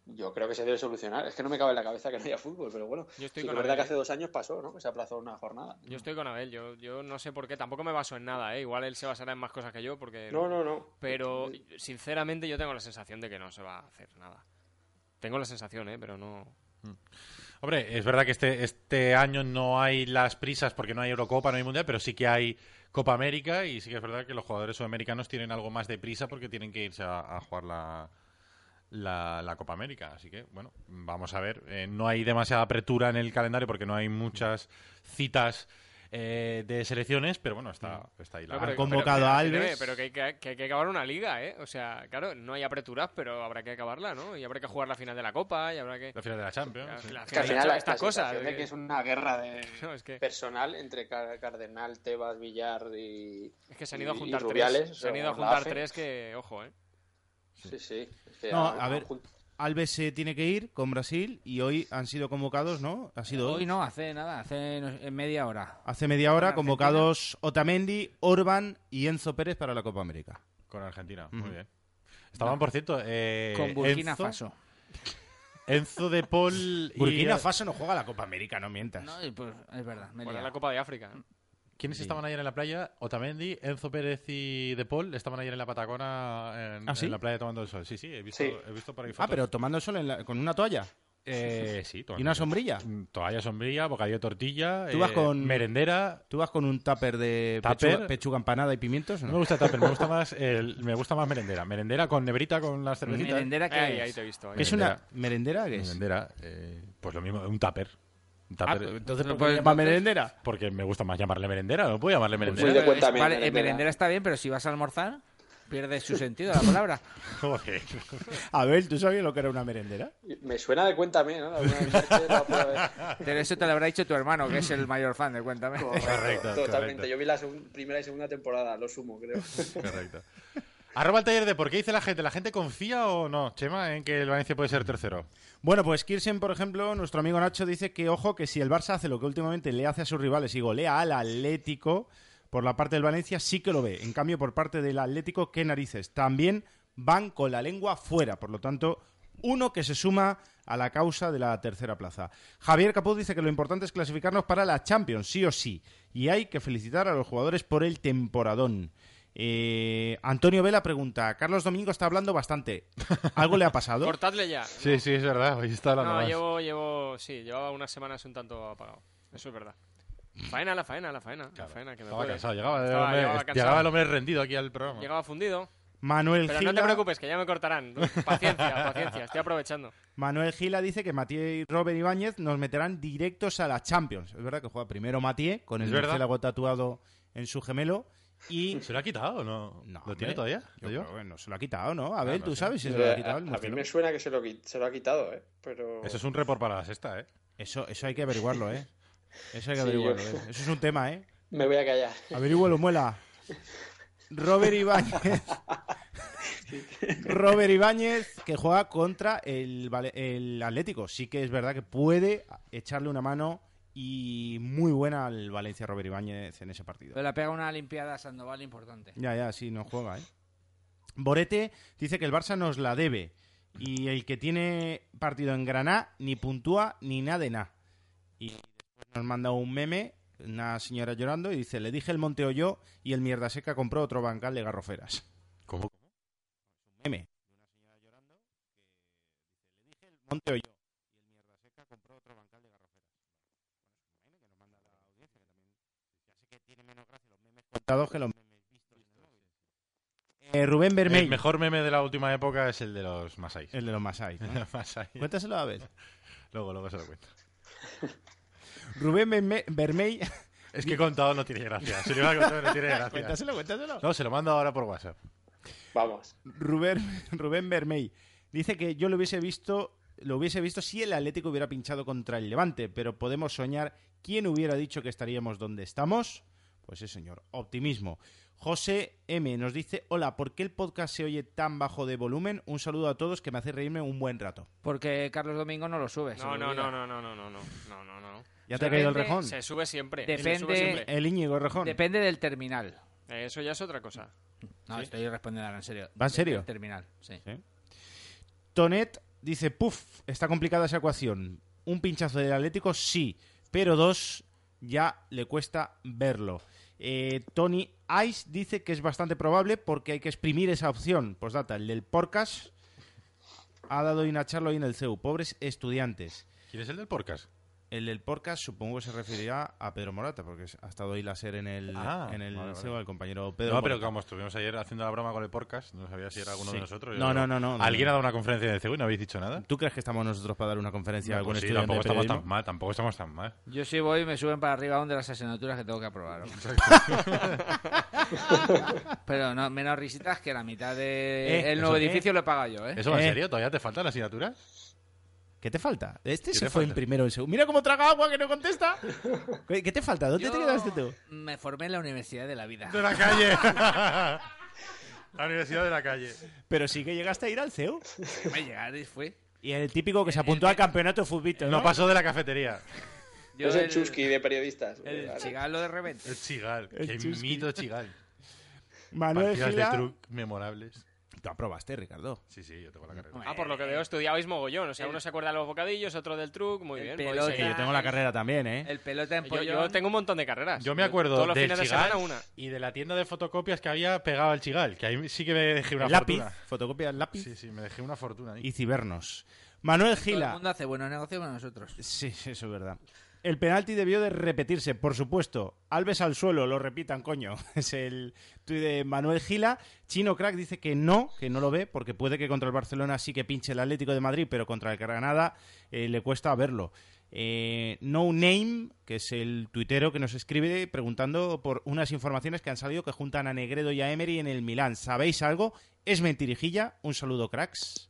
F: yo creo que se debe solucionar. Es que no me cabe en la cabeza que no haya fútbol, pero bueno,
E: Yo estoy
F: sí que
E: con
F: es verdad
E: Abel,
F: que
E: ¿eh?
F: hace dos años pasó, ¿no? Que se aplazó una jornada.
E: Yo estoy con Abel, yo, yo no sé por qué, tampoco me baso en nada, ¿eh? igual él se basará en más cosas que yo, porque...
F: No, no, no.
E: Pero sinceramente eh, yo tengo la sensación de que no se va a hacer nada. Tengo la sensación, ¿eh? pero no...
B: Hombre, es verdad que este, este año no hay las prisas porque no hay Eurocopa, no hay Mundial, pero sí que hay Copa América y sí que es verdad que los jugadores sudamericanos tienen algo más de prisa porque tienen que irse a, a jugar la, la, la Copa América. Así que, bueno, vamos a ver. Eh, no hay demasiada apertura en el calendario porque no hay muchas citas eh, de selecciones, pero bueno, está,
D: Mm.
B: está ahí la...
E: No,
C: Han
E: pero-
C: convocado
E: pero-
C: a
E: espérame,
C: Alves.
E: Pero que hay que, que hay que acabar una liga, ¿eh? O sea, claro, no hay aperturas, pero habrá que acabarla, ¿no? Y habrá que jugar la final de la Copa y habrá que...
B: la final de la
E: la-
B: Champions. sí.
E: la
F: Es que al
E: final de
F: final la-
E: estas
F: la
E: cosas.
F: sensación de
E: que-
F: que es una guerra de
E: No, es que-
F: personal entre Car- Cardenal, Tebas, Villar y.
E: Es que se han ido a
F: y- y
E: juntar
F: Rubiales, o
E: tres. Se
F: sea,
E: han ido a
F: con la
E: juntar
F: AFE.
E: tres que, ojo, ¿eh?
F: Sí, sí. Es que
C: No,
F: han-
C: a ver.
F: han jun-
C: Alves se tiene que ir con Brasil y hoy han sido convocados, ¿no? Ha sido
D: Hoy no, hace nada, hace no sé, media hora.
C: Hace media hora
D: Con Argentina.
C: convocados Otamendi, Orban y Enzo Pérez para la Copa América.
B: Con Argentina,
C: Ujú.
B: muy bien. Estaban, por cierto, eh,
D: Con Burkina
B: Enzo,
D: Faso.
B: Enzo de Paul y-
C: Burkina Faso no juega la Copa América, no mientas.
D: No, y pues, es verdad, me he
E: Bueno,
D: liado.
E: la Copa de África.
B: ¿Quiénes estaban ayer en la playa? Otamendi, Enzo Pérez y De Paul estaban ayer en la Patagona, en,
C: ¿Ah, sí?
B: en la playa tomando el sol. Sí, sí, he visto,
F: Sí.
B: He visto por ahí
C: ah,
B: fotos.
C: pero tomando el sol en la- con una toalla
B: Eh, sí,
C: y una sombrilla.
B: Mm, Toalla sombrilla, bocadillo de tortilla,
C: Tú vas
B: eh,
C: con-
B: merendera.
C: ¿Tú vas con un tupper de
B: ¿Tupper?
C: pechuga, pechuga empanada y pimientos? o
B: No
C: no?
B: me gusta tupper, me gusta más el- me gusta más merendera. Merendera con nebrita con las cervecitas.
D: Merendera que
E: ¿eh? Ahí,
D: es.
E: ahí te he visto. ahí.
C: ¿Qué es una merendera? ¿Qué es?
B: Merendera, eh, pues lo mismo, un tupper. Un
C: Ah,
B: tupper,
C: entonces Pues ¿por qué
D: Pues,
C: se llama merendera?
B: porque me gusta más llamarle merendera, no puedo llamarle merendera.
F: Muy de
D: Pero
F: cuenta,
D: es-
F: mira,
D: vale, eh,
F: merendera.
D: merendera está bien, pero si vas a almorzar, pierde su sentido la palabra.
B: Joder.
C: Abel, ¿tú sabías lo que era una merendera?
F: Me suena de cuenta a mí, ¿no? Alguna vez que la puedo ver.
D: Pero eso te lo habrá dicho tu hermano, que es el mayor fan de Cuéntame.
B: Correcto,
F: Totalmente.
B: correcto.
F: Yo vi la segun- primera y segunda temporada, lo sumo, creo.
B: Correcto. Arroba el taller de por qué dice la gente. ¿La gente confía o no, Chema, en que el Valencia puede ser tercero?
C: Bueno, pues Kirsen, por ejemplo, nuestro amigo Nacho dice que, ojo, que si el Barça hace lo que últimamente le hace a sus rivales y golea al Atlético, por la parte del Valencia sí que lo ve. En cambio, por parte del Atlético, qué narices. También van con la lengua fuera. Por lo tanto, uno que se suma a la causa de la tercera plaza. Javier Capuz dice que lo importante es clasificarnos para la Champions, sí o sí. Y hay que felicitar a los jugadores por el temporadón. Eh, Antonio Vela pregunta, Carlos Domingo está hablando bastante. ¿Algo le ha pasado?
E: Cortadle ya.
B: Sí, sí, es verdad. Hoy está hablando
E: No,
B: más.
E: llevo, llevo, sí, llevaba unas semanas un tanto apagado. Eso es verdad. Faena, la faena, la faena. La faena, que me
B: Estaba
E: puede.
B: cansado. Llegaba, el
E: Estaba-
B: hombre-
E: llegaba cansado.
B: llegaba el hombre rendido aquí al programa.
E: Llegaba fundido.
C: Manuel
E: Pero
C: Gila,
E: no te preocupes, que ya me cortarán. Paciencia, paciencia, estoy aprovechando.
C: Manuel Gila dice que Matié y Robert Ibáñez nos meterán directos a la Champions. Es verdad que juega primero Matié con el
B: Es verdad.
C: murciélago tatuado en su gemelo y
B: ¿Se lo ha quitado o no?
C: No,
B: ¿Lo tiene
C: hombre.
B: todavía?
C: Yo
B: ¿Lo lleva?
C: creo que no se lo ha quitado, ¿no? Abel,
B: no
C: tú
B: sé.
C: sabes si se lo ha
F: Eh, a,
C: quitado el
F: a mí
C: murciélago?
F: me suena que se lo, qui- se lo ha quitado, ¿eh? Pero...
B: Eso es un report para la sexta, ¿eh?
C: Eso, eso hay que averiguarlo, ¿eh? Eso hay que
F: Sí,
C: averiguarlo.
F: yo-
C: ¿eh? Eso es un tema, ¿eh?
F: Me voy a callar.
C: Averígualo, muela. Robert Ibáñez. Robert Ibáñez, que juega contra el, Vale- el Atlético. Sí que es verdad que puede echarle una mano y muy buena al Valencia Robert Ibáñez en ese partido.
D: Pero la pega una limpiada a Sandoval importante.
C: Ya, ya, sí, no juega, ¿eh? Borete dice que el Barça nos la debe. Y el que tiene partido en Granada ni puntúa ni nada de nada. Y después nos manda un meme, una señora llorando, y dice, le dije el Monteo yo y el mierda seca compró otro bancal de garroferas.
B: ¿Cómo?
C: Un meme. Una señora llorando que dice, le dije el Monteo yo y el mierda seca compró otro bancal de garroferas. Bueno, es un meme que nos manda la audiencia, que también ya sé que tiene menos gracia los memes contados que los memes vistos. en el móvil. Eh, Rubén
B: El
C: Bermey.
B: mejor meme de la última época es el de los Masai.
C: El de los Masai. ¿no?
B: Masai.
C: Cuéntaselo a ver.
B: Luego, luego se lo cuento.
C: Rubén Berme- Bermey.
B: Es que contado no tiene gracia. Si lo iba a contar, no tiene gracia.
C: cuéntaselo, cuéntaselo.
B: No, se lo mando ahora por WhatsApp.
F: Vamos.
C: Rubén, Rubén Bermey. Dice que yo lo hubiese visto. Lo hubiese visto si el Atlético hubiera pinchado contra el Levante, pero podemos soñar quién hubiera dicho que estaríamos donde estamos. Pues sí, señor, optimismo. José M nos dice, hola, ¿por qué el podcast se oye tan bajo de volumen? Un saludo a todos que me hace reírme un buen rato.
D: Porque Carlos Domingo no lo sube. se
E: No,
D: lo
E: no,
D: olvida.
E: no, no, no, no, no, no, no, no, no.
C: Ya te ha caído el
D: Depende-
C: rejón.
E: Se sube siempre.
D: Depende-
E: Se sube siempre.
C: El Íñigo Rejón.
D: Depende del terminal.
E: Eh, Eso ya es otra cosa.
D: No, estoy respondiendo ahora en serio.
C: ¿Va en serio?
D: Del terminal, sí.
C: Tonet dice, puff, está complicada esa ecuación. Un pinchazo del Atlético, sí, pero dos ya le cuesta verlo. Eh, Tony Ice dice que es bastante probable porque hay que exprimir esa opción. Pues data, el del podcast ha dado hoy una charla hoy en el CEU. Pobres estudiantes.
B: ¿Quién es el del podcast?
C: El del podcast supongo que se referirá a Pedro Morata, porque ha estado hoy la ser en el,
B: Ah,
C: en el
B: vale, vale.
C: SEO del compañero Pedro
B: no, pero
C: Morata.
B: como estuvimos ayer haciendo la broma con el podcast, no sabía si era alguno
C: Sí.
B: de nosotros.
C: No,
B: Yo-
C: no, no, no, no,
B: ¿Alguien ha
C: no.
B: dado una conferencia de CEU y no habéis dicho nada?
C: ¿Tú crees que estamos nosotros para dar una conferencia a
B: No,
C: algún
B: pues sí,
C: estudiante
B: tampoco
C: de
B: estamos tan
C: periodismo?
B: mal, tampoco estamos tan mal.
D: Yo si voy me suben para arriba aún de las asignaturas que tengo que aprobar. Pero no, menos risitas que la mitad del
C: Eh,
D: nuevo
C: eso, eh.
D: edificio lo he pagado yo, ¿eh?
B: ¿Eso va en
C: Eh.
B: serio? ¿Todavía te faltan las asignaturas?
C: ¿Qué te falta? Este
B: ¿Qué
C: se
B: te
C: fue
B: falta?
C: en primero, en segundo. Mira cómo traga agua que no contesta. ¿Qué qué te falta? ¿Dónde
D: Yo
C: te quedaste tú?
D: Me formé en la Universidad de la Vida.
B: De la calle. la universidad de la calle.
C: Pero sí que llegaste a ir al CEU.
D: Que Me llegar y fui.
C: Y el típico que se apuntó al campeonato de fútbol.
B: No pasó de la cafetería.
D: Yo
F: es el,
D: el-
F: chusqui de periodistas.
D: El
F: Vale.
D: chigalo de repente.
B: El chigal.
C: El
B: Qué
C: chusqui.
B: mito chigal.
C: Manuel
B: Partidas de
C: Gila.
B: truc memorables.
C: Tú aprobaste, Ricardo.
B: Sí, sí, yo tengo la carrera.
D: Hombre,
E: Ah, por lo que veo, estudiabais mogollón. O sea, uno se acuerda de los bocadillos, otro del truc. Muy
D: El
E: bien.
D: pelota.
E: podéis
C: Que
E: seguir.
C: yo tengo la carrera también, ¿eh?
D: El pelota en
E: Yo,
D: pollo.
E: yo tengo un montón de carreras.
B: Yo me acuerdo
E: Todos los
B: del
E: fines de
B: Chigal
E: semana una.
B: y de la tienda de fotocopias que había pegado al chigal, que ahí sí que me dejé una
C: El lápiz.
B: fortuna.
C: Fotocopia del lápiz.
B: Sí, sí, me dejé una fortuna. ahí.
C: Y cibernos. Manuel
D: Todo el
C: Gila.
D: mundo hace buenos negocios con nosotros.
C: Sí, sí, eso es verdad. El penalti debió de repetirse, por supuesto. Alves al suelo, lo repitan, coño. Es el tuit de Manuel Gila. Chino Crack dice que no, que no lo ve, porque puede que contra el Barcelona sí que pinche el Atlético de Madrid, pero contra el Granada eh, le cuesta verlo. Eh, no Name, que es el tuitero que nos escribe preguntando por unas informaciones que han salido que juntan a Negredo y a Emery en el Milán. ¿Sabéis algo? Es mentirijilla. Un saludo, cracks.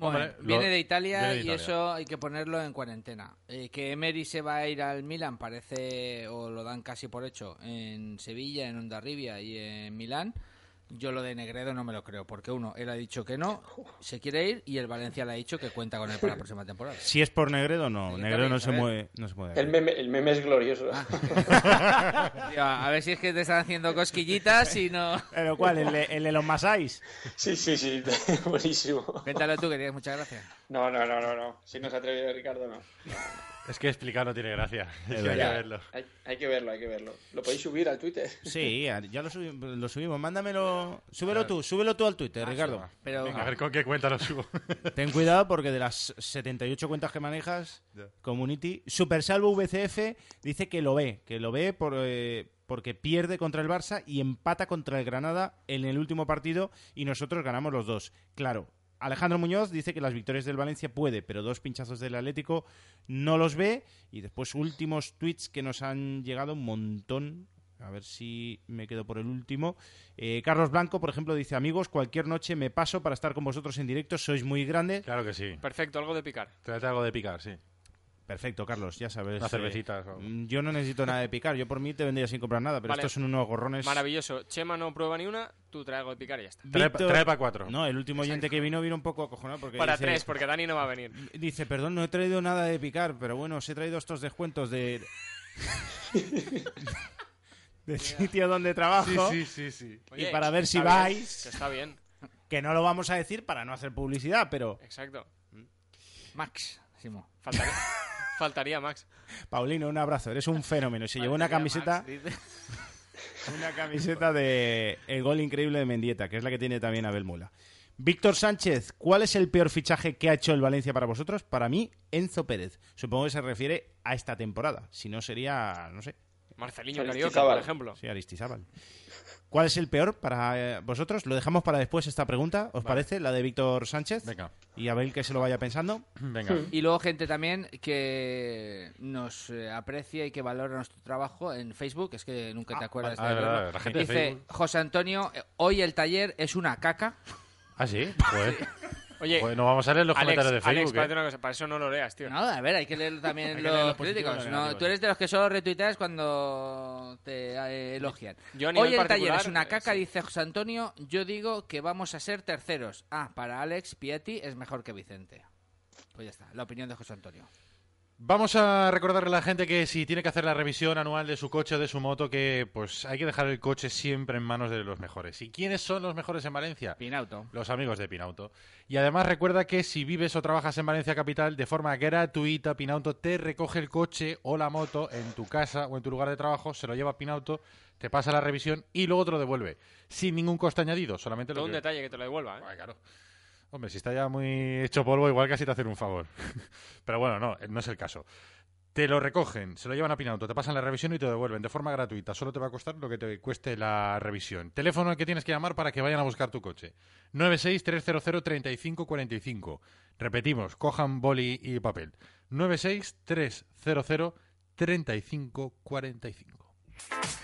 D: Bueno,
B: Hombre, lo-
D: viene de Italia
B: viene de
D: y
B: Italia.
D: eso hay que ponerlo en cuarentena. Eh, que Emery se va a ir al Milan parece, o lo dan casi por hecho, en Sevilla, en Ondarribia y en Milán. Yo lo de Negredo no me lo creo, porque uno, él ha dicho que no, se quiere ir y el Valencia le ha dicho que cuenta con él para la próxima temporada.
C: Si es por Negredo, no.
D: Sí,
C: Negredo no se
D: a ver.
C: mueve. No se mueve.
F: El meme, el meme es glorioso.
D: Tío, a ver si es que te están haciendo cosquillitas y no...
C: ¿Pero cuál? ¿El de, el de los Masáis?
F: sí, sí, sí, buenísimo.
D: Cuéntalo tú, que tienes muchas gracias.
F: No, no, no, no, no. Si no se ha atrevido Ricardo, no.
B: Es que explicar no tiene gracia. Es que hay que
F: Ya,
B: verlo.
F: Hay, hay que verlo, hay que verlo. Lo podéis subir al Twitter.
C: Sí, ya lo, subi- lo subimos. Mándamelo. Súbelo tú, súbelo tú al Twitter, Ricardo.
D: Pero
B: Venga, a ver con qué cuenta lo subo.
C: Ten cuidado porque de las 78 cuentas que manejas,
B: Ya.
C: Community, Super Salvo VCF dice que lo ve, que lo ve por, eh, porque pierde contra el Barça y empata contra el Granada en el último partido y nosotros ganamos los dos. Claro. Alejandro Muñoz dice que las victorias del Valencia puede, pero dos pinchazos del Atlético no los ve. Y después últimos tweets que nos han llegado un montón. A ver si me quedo por el último. Eh, Carlos Blanco, por ejemplo, dice, amigos, cualquier noche me paso para estar con vosotros en directo, sois muy grandes.
B: Claro que sí.
E: Perfecto, algo de picar.
B: Trata algo de picar, sí.
C: Perfecto, Carlos, ya sabes.
B: Unas cervecitas o
C: eh,
B: algo.
C: mm, yo no necesito nada de picar, yo por mí te vendría sin comprar nada, pero
E: Vale.
C: estos son unos gorrones.
E: Maravilloso. Chema no prueba ni una, tú traes algo de picar y ya está.
B: Trae,
C: Víctor-
B: trae para cuatro.
C: No, el último oyente que vino vino un poco acojonado porque
E: Para
C: dice,
E: tres, porque Dani no va a venir.
C: dice, perdón, no he traído nada de picar, pero bueno, os he traído estos descuentos de... del sitio donde trabajo.
B: Sí, sí, sí, sí.
C: Y para ver
E: que
C: si
E: está bien,
C: vais.
E: que está bien,
C: Que no lo vamos a decir para no hacer publicidad, pero...
E: exacto.
D: Max, Simo.
E: Faltaría, faltaría Max.
C: Paulino, un abrazo, eres un fenómeno. Se llevó una camiseta... Una camiseta de El gol increíble de Mendieta, que es la que tiene también Abel Mula. Víctor Sánchez, ¿cuál es el peor fichaje que ha hecho el Valencia para vosotros? Para mí, Enzo Pérez. Supongo que se refiere a esta temporada. Si no, sería, no sé,
E: Marcelinho Carioca,
F: Aristizábal.
E: por ejemplo.
C: sí, Aristizábal. ¿Cuál es el peor para eh, vosotros? Lo dejamos para después esta pregunta, ¿os parece? La de Víctor Sánchez.
B: Venga,
C: Y Abel que se lo vaya pensando.
B: venga.
D: Y luego gente también que nos eh, aprecia y que valora nuestro trabajo en Facebook, es que nunca te acuerdas
B: ah, de verdad,
D: verlo.
B: la gente de
D: Dice
B: Facebook.
D: José Antonio, eh, hoy el taller es una caca.
B: Ah, sí. Joder.
E: Oye,
B: Joder, no vamos a leer los
E: Eh, Alex,
B: comentarios de
E: Alex,
B: Facebook.
E: espérate
B: ¿eh?
E: una cosa, para eso no lo leas, tío.
D: No, a ver, hay que leer también
C: que
D: los
C: leer lo positivo y lo
D: críticos. ¿no?
C: negativo,
D: Tú eres de los que solo retuiteas cuando te eh, elogian.
E: Yo a
D: hoy
E: nivel
D: el taller
E: particular,
D: es una caca,
E: eh, sí.
D: dice José Antonio. Yo digo que vamos a ser terceros. Ah, para Alex Piatti es mejor que Vicente. Pues ya está, la opinión de José Antonio.
B: Vamos a recordarle a la gente que si tiene que hacer la revisión anual de su coche o de su moto, que pues hay que dejar el coche siempre en manos de los mejores. ¿Y quiénes son los mejores en Valencia?
D: Pinauto.
B: Los amigos de Pinauto. Y además recuerda que si vives o trabajas en Valencia Capital, de forma gratuita, Pinauto te recoge el coche o la moto en tu casa o en tu lugar de trabajo, se lo lleva a Pinauto, te pasa la revisión y luego te lo devuelve. Sin ningún coste añadido, solamente
E: Todo
B: lo
E: un
B: que...
E: detalle que te lo devuelva, ¿eh?
B: Ah, claro. Hombre, si está ya muy hecho polvo, igual casi te hacen un favor. Pero bueno, no, no es el caso. Te lo recogen, se lo llevan a Pinauto, te pasan la revisión y te lo devuelven de forma gratuita. Solo te va a costar lo que te cueste la revisión. Teléfono al que tienes que llamar para que vayan a buscar tu coche. 963003545. Repetimos, cojan boli y papel. 963003545.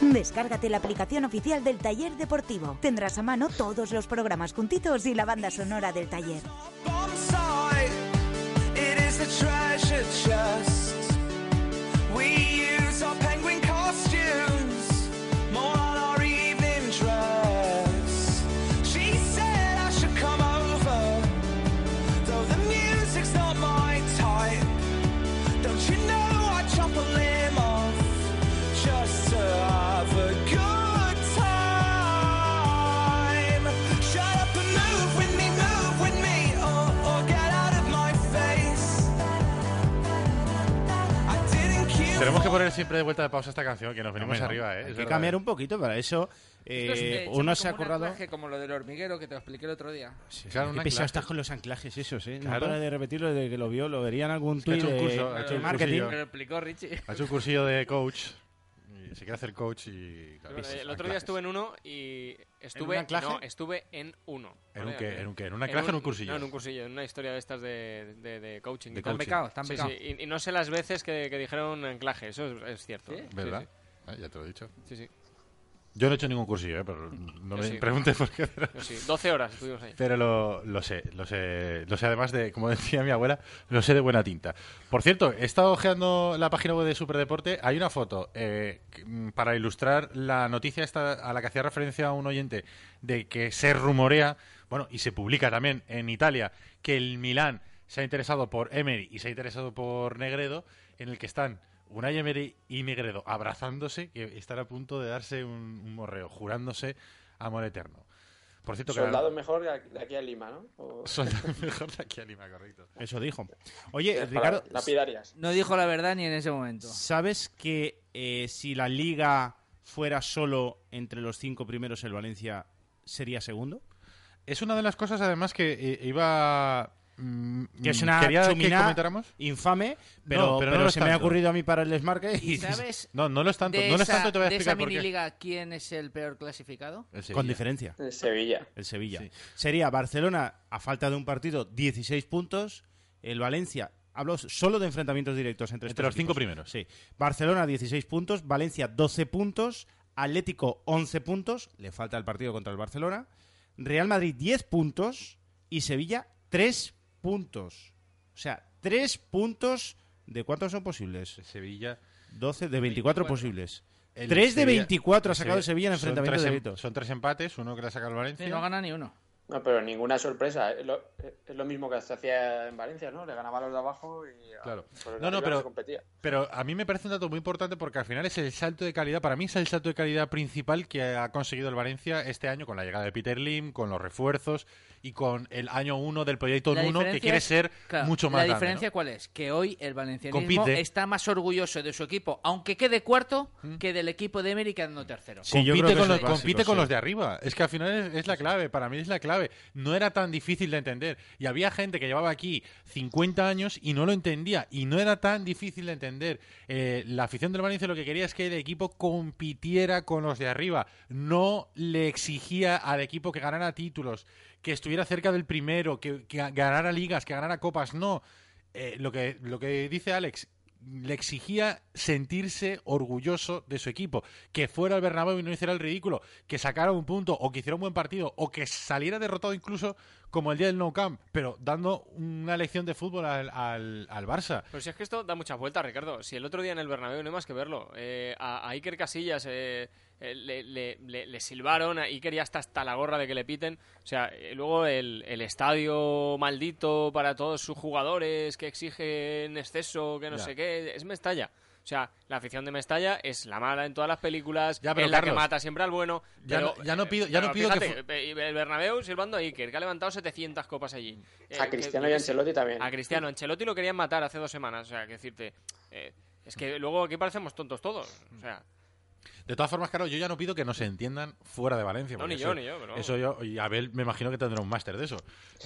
G: Descárgate la aplicación oficial del taller deportivo. Tendrás a mano todos los programas juntitos y la banda sonora del taller.
A: Side. It is a treasure chest. We use our penguin costumes more on our evening dress. She said I should come over, though the music's not my type. Don't you know I'd chop a limb off just to have a good time? Shut up and move with me, move with me, or, or get out of my face. I didn't care.
B: Tenemos que poner siempre de vuelta de pausa esta canción, que nos venimos
C: Hombre,
B: arriba, ¿eh? Es
C: Hay que
B: verdad.
C: cambiar un poquito para eso. eh, uno se ha acordado.
D: currado. Como lo del hormiguero que te lo expliqué el otro día.
B: Claro, un
C: Qué pesado
B: anclaje.
C: estás con los anclajes esos, ¿eh? No
B: Claro.
C: para de repetirlo desde que lo vio, lo vería en algún
B: que ha
C: tuit
B: hecho un
C: de,
B: curso, ha
C: de
B: hecho un
C: marketing.
B: cursillo.
D: Me lo explicó Richie.
B: Ha hecho un cursillo de coach. y Se quiere hacer coach y... claro,
E: Bueno,
B: sí,
E: el otro día
B: anclajes.
E: estuve en uno y estuve
C: anclaje?
E: no, estuve en uno.
B: ¿En un
E: ¿vale?
B: qué? ¿En un qué? ¿En un anclaje o en un cursillo?
E: No, eh. en un cursillo, en una historia de estas de, de- de coaching. y
B: De
E: tal.
B: coaching.
D: Pecado, están
E: Sí,
D: pecado.
E: sí, Y, y no sé las veces que, que dijeron anclaje, eso es, es cierto.
D: ¿Sí?
E: Sí,
B: ¿Verdad? Ah, ya te lo he dicho.
E: Sí, sí,
B: Yo no he hecho ningún cursillo, ¿eh? Pero no
E: Yo
B: me
E: sí.
B: preguntes por qué. pero-
E: Yo sí. 12 horas estuvimos ahí.
B: Pero lo, lo sé, lo sé, lo sé además de, como decía mi abuela, lo sé de buena tinta. Por cierto, he estado ojeando la página web de Superdeporte, hay una foto eh, que- mm, para ilustrar la noticia esta a la que hacía referencia un oyente de que se rumorea, bueno, y se publica también en Italia, que el Milán se ha interesado por Emery y se ha interesado por Negredo, en el que están Unai Emery y Negredo abrazándose, que están a punto de darse un, un morreo, jurándose amor eterno. Por cierto, que la-
F: Soldado mejor de aquí- de aquí a Lima, ¿no? O-
B: Soldado mejor de aquí a Lima, correcto.
C: Eso dijo. Oye,
F: Las
C: Ricardo,
F: palabras Lapidarias.
D: No dijo la verdad ni en ese momento.
C: ¿sabes que eh, si la liga fuera solo entre los cinco primeros, el Valencia sería segundo?
B: Es una de las cosas, además, que eh, iba. mm,
C: Que es una
B: quería que
C: chuminada
B: comentáramos.
C: infame, pero,
B: No, pero
C: pero,
B: no lo es
C: se me ha
B: tanto.
C: ocurrido a mí para el desmarque. Y,
D: ¿Y sabes
B: No, no lo es tanto.
D: de
B: no lo es
D: esa,
B: tanto, te voy a
D: de esa
B: explicar por qué.
D: miniliga quién es el peor clasificado?
B: El Eh, Sevilla.
C: con diferencia,
F: En Sevilla.
C: el Sevilla.
B: Sí.
C: Sería Barcelona, a falta de un partido, 16 puntos. El Valencia, hablo solo de enfrentamientos directos entre,
B: Entre
C: estos
B: los cinco
C: equipos.
B: primeros.
C: Sí. Barcelona, 16 puntos. Valencia, 12 puntos. Atlético, 11 puntos. Le falta el partido contra el Barcelona. Real Madrid, 10 puntos. Y Sevilla, 3 puntos. O sea, 3 puntos. ¿De cuántos son posibles?
B: Sevilla.
C: 12 de 24 posibles.
B: El
C: 3 de
B: Sevilla-
C: 24 ha sacado
B: Sí.
C: el Sevilla en
B: Son
C: enfrentamiento
B: tres em-
C: directo.
B: Son tres empates, uno que le ha sacado el Valencia.
D: No gana ni uno.
F: No, pero ninguna sorpresa. Es lo, es lo mismo que se hacía en Valencia, ¿no? Le ganaba a los de abajo y a-
B: Claro.
F: por los de
B: No, no,
F: arriba
B: pero,
F: se competía.
B: pero a mí me parece un dato muy importante porque al final es el salto de calidad, para mí es el salto de calidad principal que ha conseguido el Valencia este año con la llegada de Peter Lim, con los refuerzos y con el año 1 del proyecto
D: La
B: 1 que
D: diferencia
B: quiere
D: es-
B: ser
D: claro,
B: mucho
D: La
B: más grande, ¿no?
D: diferencia cuál es? Que hoy el valencianismo
B: Compite. Mm.
D: está más orgulloso de su equipo, aunque quede cuarto, que del equipo de Emery quedando tercero.
B: compite con, los, compite con
C: sí.
B: los de arriba. Es que al final es, es la clave. Para mí es la clave. No era tan difícil de entender. Y había gente que llevaba aquí 50 años y no lo entendía. Y no era tan difícil de entender. Eh, la afición del Valencia lo que quería es que el equipo compitiera con los de arriba. No le exigía al equipo que ganara títulos, que estuviera cerca del primero, que, que ganara ligas, que ganara copas. No. Eh, lo, que, lo que dice Alex, le exigía sentirse orgulloso de su equipo, que fuera al Bernabéu y no hiciera el ridículo, que sacara un punto o que hiciera un buen partido o que saliera derrotado incluso como el día del No Camp, pero dando una lección de fútbol al, al- al Barça.
E: Pero si es que esto da muchas vueltas, Ricardo. Si el otro día en el Bernabéu no hay más que verlo. eh, a, a Iker Casillas eh, eh, le, le- le- le silbaron, a Iker ya está hasta la gorra de que le piten. O sea, eh, luego el, el estadio maldito para todos sus jugadores que exigen exceso, que no
B: Ya.
E: sé qué, es Mestalla. O sea, la afición de Mestalla es la mala en todas las películas,
B: Ya, pero,
E: es la que
B: Carlos,
E: mata siempre al bueno.
B: ya
E: pero,
B: no- ya no
E: eh,
B: pido- ya no
E: pero
B: pido que
E: fíjate, eh, El Bernabéu silbando a Iker, que ha levantado 700 copas allí. Eh,
F: A
E: que-
F: Cristiano
E: yo
F: y
E: qué sé.
F: Ancelotti también.
E: A Cristiano, Ancelotti lo querían matar hace dos semanas. O sea, que decirte. eh, es que luego aquí parecemos tontos todos. O sea,
B: De todas formas, claro, yo ya no pido que nos entiendan fuera de Valencia.
E: No,
B: porque
E: ni yo,
B: eso-
E: ni yo, pero
B: Eso yo, y Abel me imagino que tendrá un máster de eso.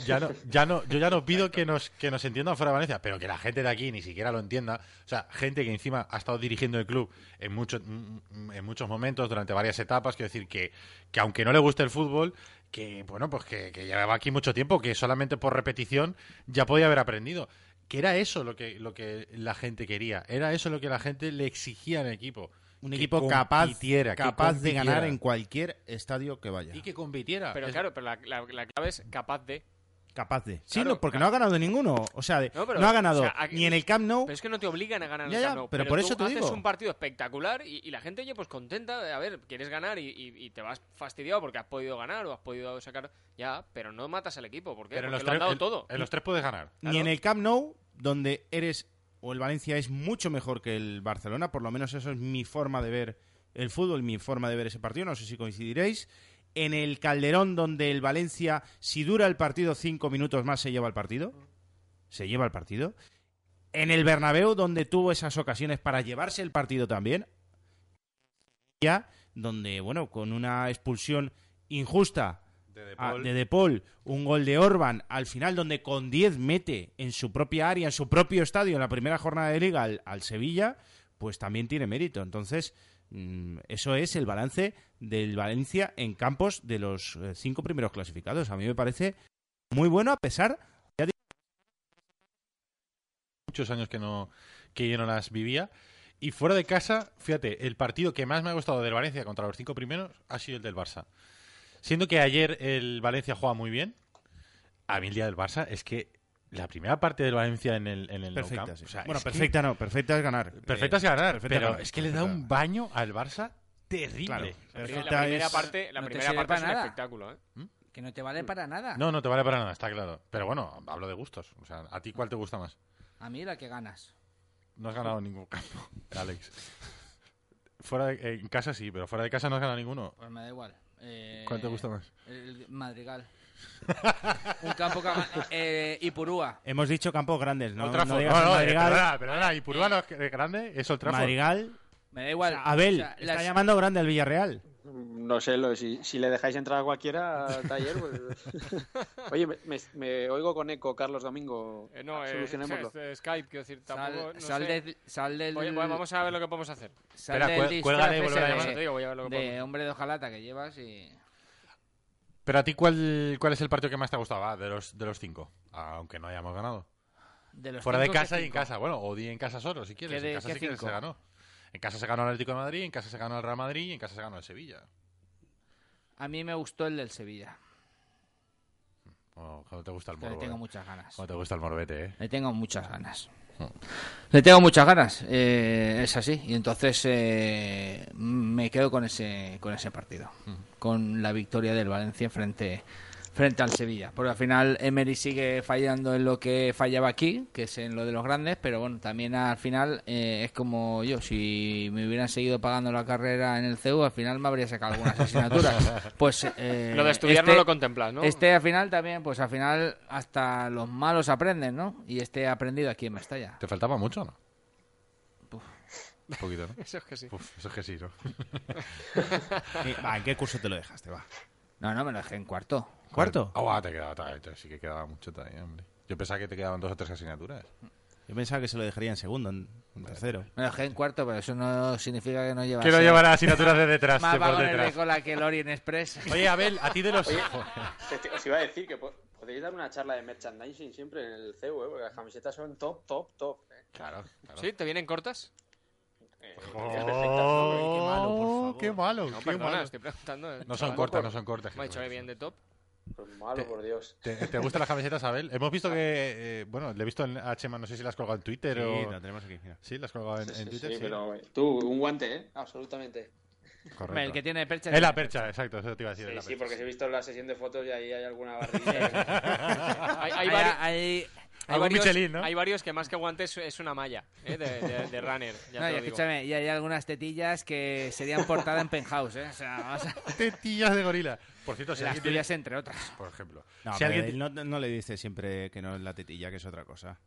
B: Ya no, ya no, yo ya no pido que nos, que nos entiendan fuera de Valencia, pero que la gente de aquí ni siquiera lo entienda. O sea, gente que encima ha estado dirigiendo el club en, muchos en muchos momentos, durante varias etapas, quiero decir que, que aunque no le guste el fútbol, que bueno, pues que, que llevaba aquí mucho tiempo, que solamente por repetición ya podía haber aprendido. Que era eso lo que, lo que la gente quería, era eso lo que la gente le exigía al equipo.
C: Un
B: Que
C: equipo capaz,
B: compitiera, que
C: capaz de
B: compitiera.
C: ganar en cualquier estadio que vaya.
B: Y que compitiera.
E: pero
B: Es-
E: claro, pero la, la- la clave es capaz de.
C: Capaz de. Sí,
E: Claro,
C: no, porque no ha ganado de ninguno. O sea, de- no,
E: No, pero,
C: ha ganado
E: o sea, aquí-
C: ni en el Camp Nou.
E: Pero es que no te obligan a ganar en
C: Ya,
E: el
C: ya,
E: Camp Nou,
C: pero por
E: tú
C: eso te
E: haces
C: digo.
E: un partido espectacular y, y la gente, oye, pues contenta. A ver, quieres ganar y, y- y te vas fastidiado porque has podido ganar o has podido sacar. Ya, pero no matas al equipo. ¿Por qué?
B: pero en los,
E: porque lo han
B: tres,
E: dado
B: en-
E: todo.
B: en los tres puedes ganar.
C: Ni en el Camp Nou, donde eres o el Valencia es mucho mejor que el Barcelona, por lo menos eso es mi forma de ver el fútbol, mi forma de ver ese partido, no sé si coincidiréis. En el Calderón, donde el Valencia, si dura el partido cinco minutos más, se lleva el partido. Se lleva el partido. En el Bernabéu, donde tuvo esas ocasiones para llevarse el partido también. Ya, donde, bueno, con una expulsión injusta
B: De De
C: Ah,
B: Paul.
C: de De Paul, un gol de Orban al final donde con 10 mete en su propia área, en su propio estadio, en la primera jornada de liga al, al Sevilla, pues también tiene mérito. Entonces, mm, eso es el balance del Valencia en campos de los eh, cinco primeros clasificados. A mí me parece muy bueno a pesar
B: muchos años que no que yo no las vivía. Y fuera de casa, fíjate, el partido que más me ha gustado del Valencia contra los cinco primeros ha sido el del Barça. Siendo que ayer el Valencia juega muy bien, a mí el día del Barça es que la primera parte del Valencia en el, en el Nou
C: perfecta.
B: Camp,
C: sí.
B: o sea,
C: bueno,
B: es que
C: perfecta no, perfecta es ganar. Eh,
B: perfecta es ganar,
C: perfecta
B: pero
C: ganar,
B: es que le da un
C: perfecta.
B: baño al Barça terrible.
C: Claro,
E: La
C: perfecta
E: primera
C: es-
E: parte, la
D: no te
E: primera
D: sirve
E: parte
D: para
E: es un
D: nada.
E: espectáculo, ¿eh?
D: Que no te vale para nada.
B: No, no te vale para nada, está claro. Pero bueno, hablo de gustos. O sea, ¿a ti cuál te gusta más?
D: A mí la que ganas.
B: No has ganado ningún campo, Alex. Fuera de- eh, en casa sí, pero fuera de casa no has ganado ninguno.
D: Pues me da igual. Eh,
B: ¿Cuál te gusta más?
D: El Madrigal. Un campo que ha gan- eh, Ipurúa.
C: Hemos dicho campos grandes, ¿no?
B: Old
C: No
B: Trafford.
C: digas
B: No, no, eh,
C: Madrigal,
B: perdona, perdona, y Purúa no es que- grande, es Old Trafford.
C: Madrigal,
D: Me da igual.
C: Abel,
D: O sea,
C: está
D: las-
C: llamando grande al Villarreal.
F: Mm, No sé, lo- si, si le dejáis entrar a cualquiera al taller, pues- Oye, me, me- me oigo con eco, Carlos Domingo.
E: Eh, no, eh,
F: Solucionémoslo.
E: es- es Skype, quiero decir,
D: Sal,
E: tampoco. no
D: sal
E: sé.
D: del- sal del.
E: Oye, bueno, vamos a ver lo que podemos hacer.
D: sal
B: Espera,
D: del
B: cuel- cuélgale y
D: disfraz
B: vuelve a
D: ese
B: llamar.
D: de-
E: Te digo, voy a ver lo que podemos
D: De
E: hacer.
D: hombre de hojalata que llevas y.
B: Pero a ti, ¿cuál, ¿cuál es el partido que más te ha gustado? Va, de los, de los cinco. Aunque no hayamos ganado.
D: de los
B: Fuera de
D: cinco, ¿qué
B: casa y en
D: cinco?
B: casa. Bueno, o di en casa solo, si quieres.
D: ¿Qué de-
B: en casa
D: qué
B: sí que se
D: cinco?
B: ganó. En casa se ganó el Atlético de Madrid, en casa se ganó el Real Madrid y en casa se ganó el Sevilla.
D: A mí me gustó el del Sevilla.
B: Oh, cuando te gusta el
D: que le
B: morbo.
D: tengo
B: eh.
D: muchas ganas.
B: Cuando te gusta el morbete, eh.
D: Le tengo muchas ganas. Le tengo muchas ganas, eh, es así. Y entonces eh, me quedo con ese, con ese partido, con la victoria del Valencia frente, frente al Sevilla. Porque al final Emery sigue fallando en lo que fallaba aquí, que es en lo de los grandes, pero bueno, también al final eh, es como yo, si me hubieran seguido pagando la carrera en el CEU, al final me habría sacado algunas asignaturas. Pues, eh,
E: Lo de estudiar no lo contemplas, ¿no?
D: Este al final también, pues al final hasta los malos aprenden, ¿no? Y este ha aprendido aquí en Mestalla.
B: ¿Te faltaba mucho o no? Un poquito, ¿no?
E: Eso es que sí.
B: Uf, eso es que sí, ¿no?
C: Eh, Va, ¿en qué curso te lo dejaste? Va.
D: No, no, me lo dejé en cuarto.
C: ¿Cuarto?
B: Ah, guau, te quedaba, ta- te- sí que quedaba mucho también, hombre. Yo pensaba que te quedaban dos o tres asignaturas.
C: Yo pensaba que se lo dejaría en segundo, en en tercero.
D: Me lo dejé en cuarto, pero eso no significa que no llevas.
B: Que no
D: eh,
B: llevará asignaturas de detrás,
D: Más
B: de por
D: vagones
B: detrás.
D: de cola que el Orient Express.
B: Oye, Abel, a ti de los...
F: Oye,
B: Joder.
F: te- os iba a decir que po- podéis dar una charla de merchandising siempre en el CEU, ¿eh? porque las camisetas son top, top, top. ¿eh?
B: Claro, claro.
E: ¿Sí? ¿Te vienen cortas?
F: Eh,
B: Oh,
F: perfectas, ¿no?
B: qué malo, Oh, Qué malo,
E: No,
B: qué
E: perdona,
B: malo.
E: estoy preguntando. eh,
B: No son
E: chaval.
B: cortas, no son cortas.
E: Me ha dicho que bien de top.
F: Pues malo, por Dios.
B: ¿Te, te gustan las camisetas, Abel? Hemos visto que... eh, bueno, le he visto en, a Chema, no sé si las has colgado en Twitter
C: Sí,
B: o...
C: lo tenemos aquí. mira.
B: Sí, las has colgado en,
F: Sí,
B: en
F: sí,
B: Twitter.
F: sí,
B: sí.
F: pero eh, tú, un guante, ¿eh? Absolutamente.
B: Correcto.
D: Hombre, el que tiene percha.
B: Es
D: tiene
B: la percha, exacto, eso te iba a decir. es
F: Sí,
B: la
F: sí,
B: percha.
F: porque si he visto la sesión de fotos y ahí hay alguna barrilla.
C: Ah,
E: Hay, hay
D: Hay,
E: vari-
D: hay-
E: hay
B: Algún
E: varios,
B: Michelin, ¿no?
E: hay varios que más que guantes es una malla eh, de, de- de runner. Ya
D: no, y
E: te lo digo.
D: escúchame, y hay algunas tetillas que serían portada en penthouse, ¿eh? O sea, vamos a-
B: Tetillas de gorila. Por cierto, si
D: las
B: alguien Pues tiene-
D: tuyas entre otras.
B: Por ejemplo.
C: No,
B: si
C: pero
B: alguien...
C: él no, no le dice siempre que no es la tetilla, que es otra cosa.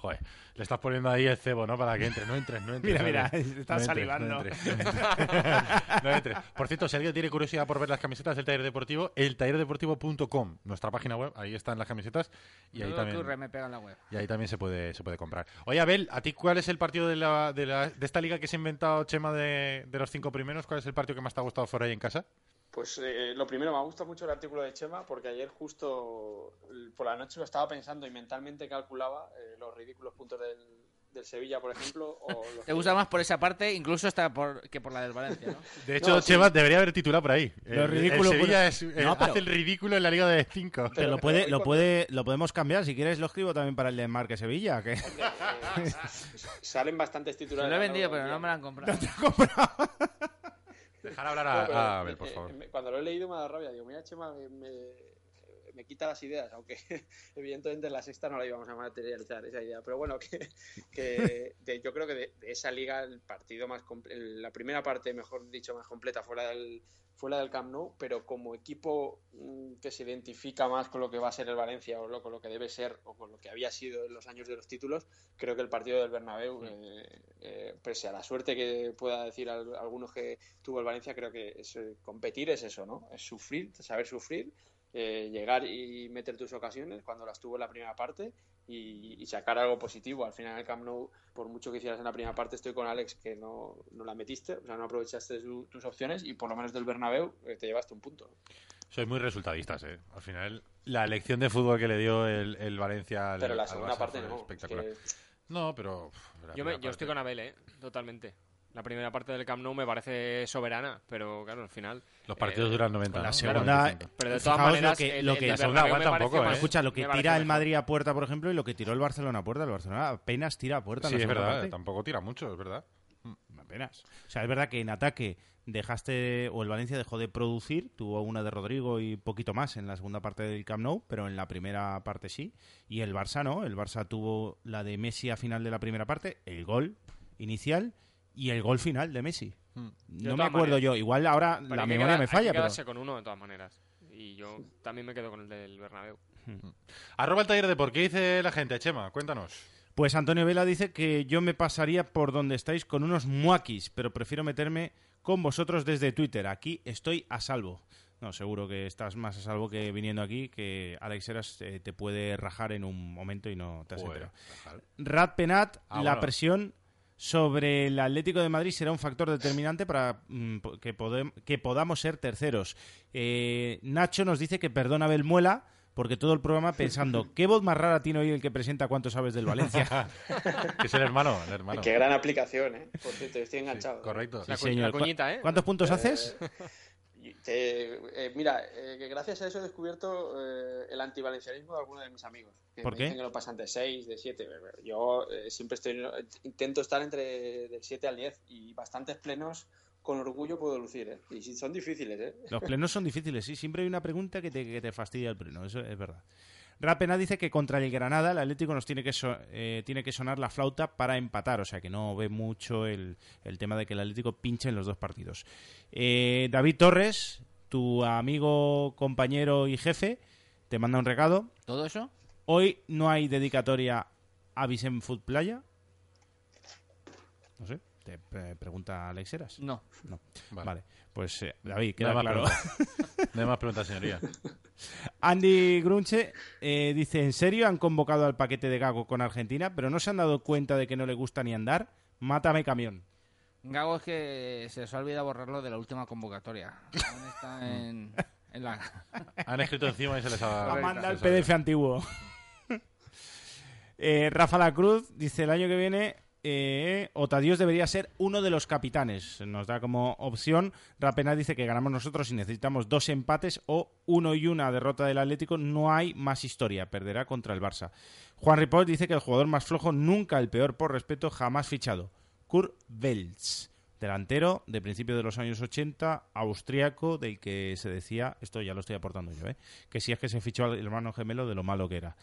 B: Joder, le estás poniendo ahí el cebo, ¿no? Para que entres, no entres, no entres.
C: Mira, mira,
B: no entres,
C: está
B: no entres,
C: salivando.
B: No entres, no entres. No entres. Por cierto, si alguien tiene curiosidad por ver las camisetas del taller deportivo, el tallerdeportivo.com, nuestra página web, ahí están las camisetas y ahí
D: Todo
B: también,
D: ocurre, me pega en la web.
B: y ahí también se, puede, se puede comprar. Oye, Abel, ¿a ti cuál es el partido de, la, de, la- de esta liga que se ha inventado Chema de, de los cinco primeros? ¿Cuál es el partido que más te ha gustado fuera y en casa?
F: Pues eh, lo primero, me ha gustado mucho el artículo de Chema porque ayer justo eh, por la noche lo estaba pensando y mentalmente calculaba eh, los ridículos puntos del, del Sevilla, por ejemplo. O los
D: Te gusta más por esa parte, incluso hasta por, que por la del Valencia, ¿no?
B: De hecho,
F: No, sí.
B: Chema debería haber titulado por ahí.
C: Lo
B: El- el
C: ridículo
B: Sevilla
C: por-
B: es, el-
C: No, pero-
B: hace el ridículo en la liga de cinco.
C: Pero lo
F: pero
C: puede,
F: hoy
C: lo
F: cuando-
C: puede, lo podemos cambiar. Si quieres, lo escribo también para el de Marque Sevilla. Que...
F: Eh, eh, salen bastantes
D: Lo
F: titulares.
D: he
F: a lo
D: vendido,
F: largo del
D: pero
F: día.
D: no me lo han comprado.
B: Dejar hablar
F: No, pero,
B: a, a
F: eh,
B: Abel, por
F: eh,
B: favor.
F: me- Cuando lo he leído me ha dado rabia. Digo, mira, Chema, me, me- me quita las ideas, aunque evidentemente en la sexta no la íbamos a materializar esa idea. Pero bueno, que, que de- yo creo que de, de esa liga el partido más comple- el- la primera parte, mejor dicho, más completa fue la del fue la del Camp Nou, pero como equipo mm, que se identifica más con lo que va a ser el Valencia o lo- con lo que debe ser o con lo que había sido en los años de los títulos, creo que el partido del
B: Mm.
F: Bernabéu, eh, eh, pese a la suerte que pueda decir al- algunos que tuvo el Valencia, creo que es, eh, competir es eso, ¿no? Es sufrir, saber sufrir, eh, llegar y meter tus ocasiones cuando las tuvo en la primera parte y, y sacar algo positivo. Al final el Camp Nou, por mucho que hicieras en la primera parte, estoy con Alex que no, no la metiste, o sea, no aprovechaste su- tus opciones y por lo menos del Bernabéu eh, te llevaste un punto.
B: Sois muy resultadistas, ¿eh? Al final, la elección de fútbol que le dio el, el Valencia al
F: Pero la
B: al
F: segunda
B: Barça
F: parte
B: fue
F: no.
B: Espectacular.
F: es que-
B: No, pero... uf, la
E: Yo, me-
B: primera
E: yo estoy
B: parte-
E: con Abel, eh, totalmente. La primera parte del Camp Nou me parece soberana, pero claro, al final.
B: Los partidos
E: eh,
B: duran 90.
C: con la
B: ¿no?
C: segunda-
B: 45.
E: Pero de todas
C: Fijaos lo
E: maneras,
C: que-
E: el-
C: lo
E: el
C: que-
E: del
B: la segunda
E: Bernabéu
B: igual
E: me parece
B: tampoco,
E: más-
B: ¿eh?
C: Escucha, lo que
E: me parece
C: tira el
E: mejor.
C: Madrid a puerta, por ejemplo, y lo que tiró el Barcelona a puerta, el Barcelona apenas tira a puerta. en
B: Sí,
C: la
B: es
C: segunda
B: verdad,
C: parte.
B: tampoco tira mucho, es verdad.
C: Apenas. O sea, es verdad que en ataque dejaste, o el Valencia dejó de producir, tuvo una de Rodrigo y poquito más en la segunda parte del Camp Nou, pero en la primera parte sí. Y el Barça no, el Barça tuvo la de Messi a final de la primera parte, el gol inicial y el gol final de Messi. No
E: Hmm. todas
C: me acuerdo
E: maneras.
C: yo, igual ahora
E: Pero
C: la
E: hay que
C: memoria
E: quedar-
C: me
E: hay que
C: falla, pero...
E: quedarse con uno de todas maneras. Y yo también me quedo con el del Bernabéu.
B: Arroba el taller de por qué dice la gente, Chema, cuéntanos.
C: Pues Antonio Vela dice que yo me pasaría por donde estáis con unos muakis, pero prefiero meterme con vosotros desde Twitter. Aquí estoy a salvo. No, seguro que estás más a salvo que viniendo aquí, que Alex Heras eh, te puede rajar en un momento y no te has
B: Joder,
C: enterado.
B: Rajal.
C: Rad Penat,
B: Ah,
C: la
B: bueno.
C: presión sobre el Atlético de Madrid será un factor determinante para mm, po- que, podem- que podamos ser terceros. Eh, Nacho nos dice que perdona a Abel Muela porque todo el programa pensando, ¿qué voz más rara tiene hoy el que presenta cuánto sabes del Valencia?
B: Que es el hermano, el hermano.
F: Qué gran aplicación, ¿eh? Por cierto,
B: Sí,
F: estoy enganchado.
B: correcto.
E: La cuñi- la cuñita, ¿eh?
C: ¿Cuántos puntos haces?
F: Y te- eh, mira, eh, que gracias a eso he descubierto eh, el antivalencianismo de algunos de mis amigos. Que
C: ¿Por
F: me
C: qué?
F: Dicen que no pasan de 6, de 7. Yo eh, siempre estoy, intento estar entre del 7 al 10 y bastantes plenos con orgullo puedo lucir. ¿eh? Y sí, son difíciles, ¿eh?
C: Los plenos son difíciles, sí. Siempre hay una pregunta que te, que te fastidia el pleno, eso es verdad. Rapena dice que contra el Granada el Atlético nos tiene que, so- eh, tiene que sonar la flauta para empatar, o sea que no ve mucho el, el tema de que el Atlético pinche en los dos partidos. Eh, David Torres, tu amigo, compañero y jefe, te manda un recado.
D: ¿Todo eso?
C: Hoy no hay dedicatoria a Vicent Food Playa. No sé, te eh, pregunta Alex Heras.
D: No.
C: No.
B: Vale.
C: Vale. Pues eh, David,
B: No
C: queda
B: hay más
C: claro.
B: preguntas. No hay más preguntas, señoría.
C: Andy Grunche eh, dice, ¿en serio han convocado al paquete de Gago con Argentina, pero no se han dado cuenta de que no le gusta ni andar? Mátame camión.
D: Gago es que se les ha olvidado borrarlo de la última convocatoria. Aún
C: Mm.
D: está en, en la...
B: Han escrito encima y se les ha...
C: La manda el
B: se les ha-
C: PDF antiguo. Eh, Rafa La Cruz dice, el año que viene... Eh, Otadios debería ser uno de los capitanes. Nos da como opción. Rapena dice que ganamos nosotros y necesitamos dos empates o uno y una derrota del Atlético. No hay más historia. Perderá contra el Barça. Juan Ripoll dice que el jugador más flojo, nunca el peor por respeto, jamás fichado. Kurt Welz, delantero de principios de los años 80, austriaco, del que se decía, esto ya lo estoy aportando yo, ¿eh? que si es que se fichó al hermano gemelo de lo malo que era.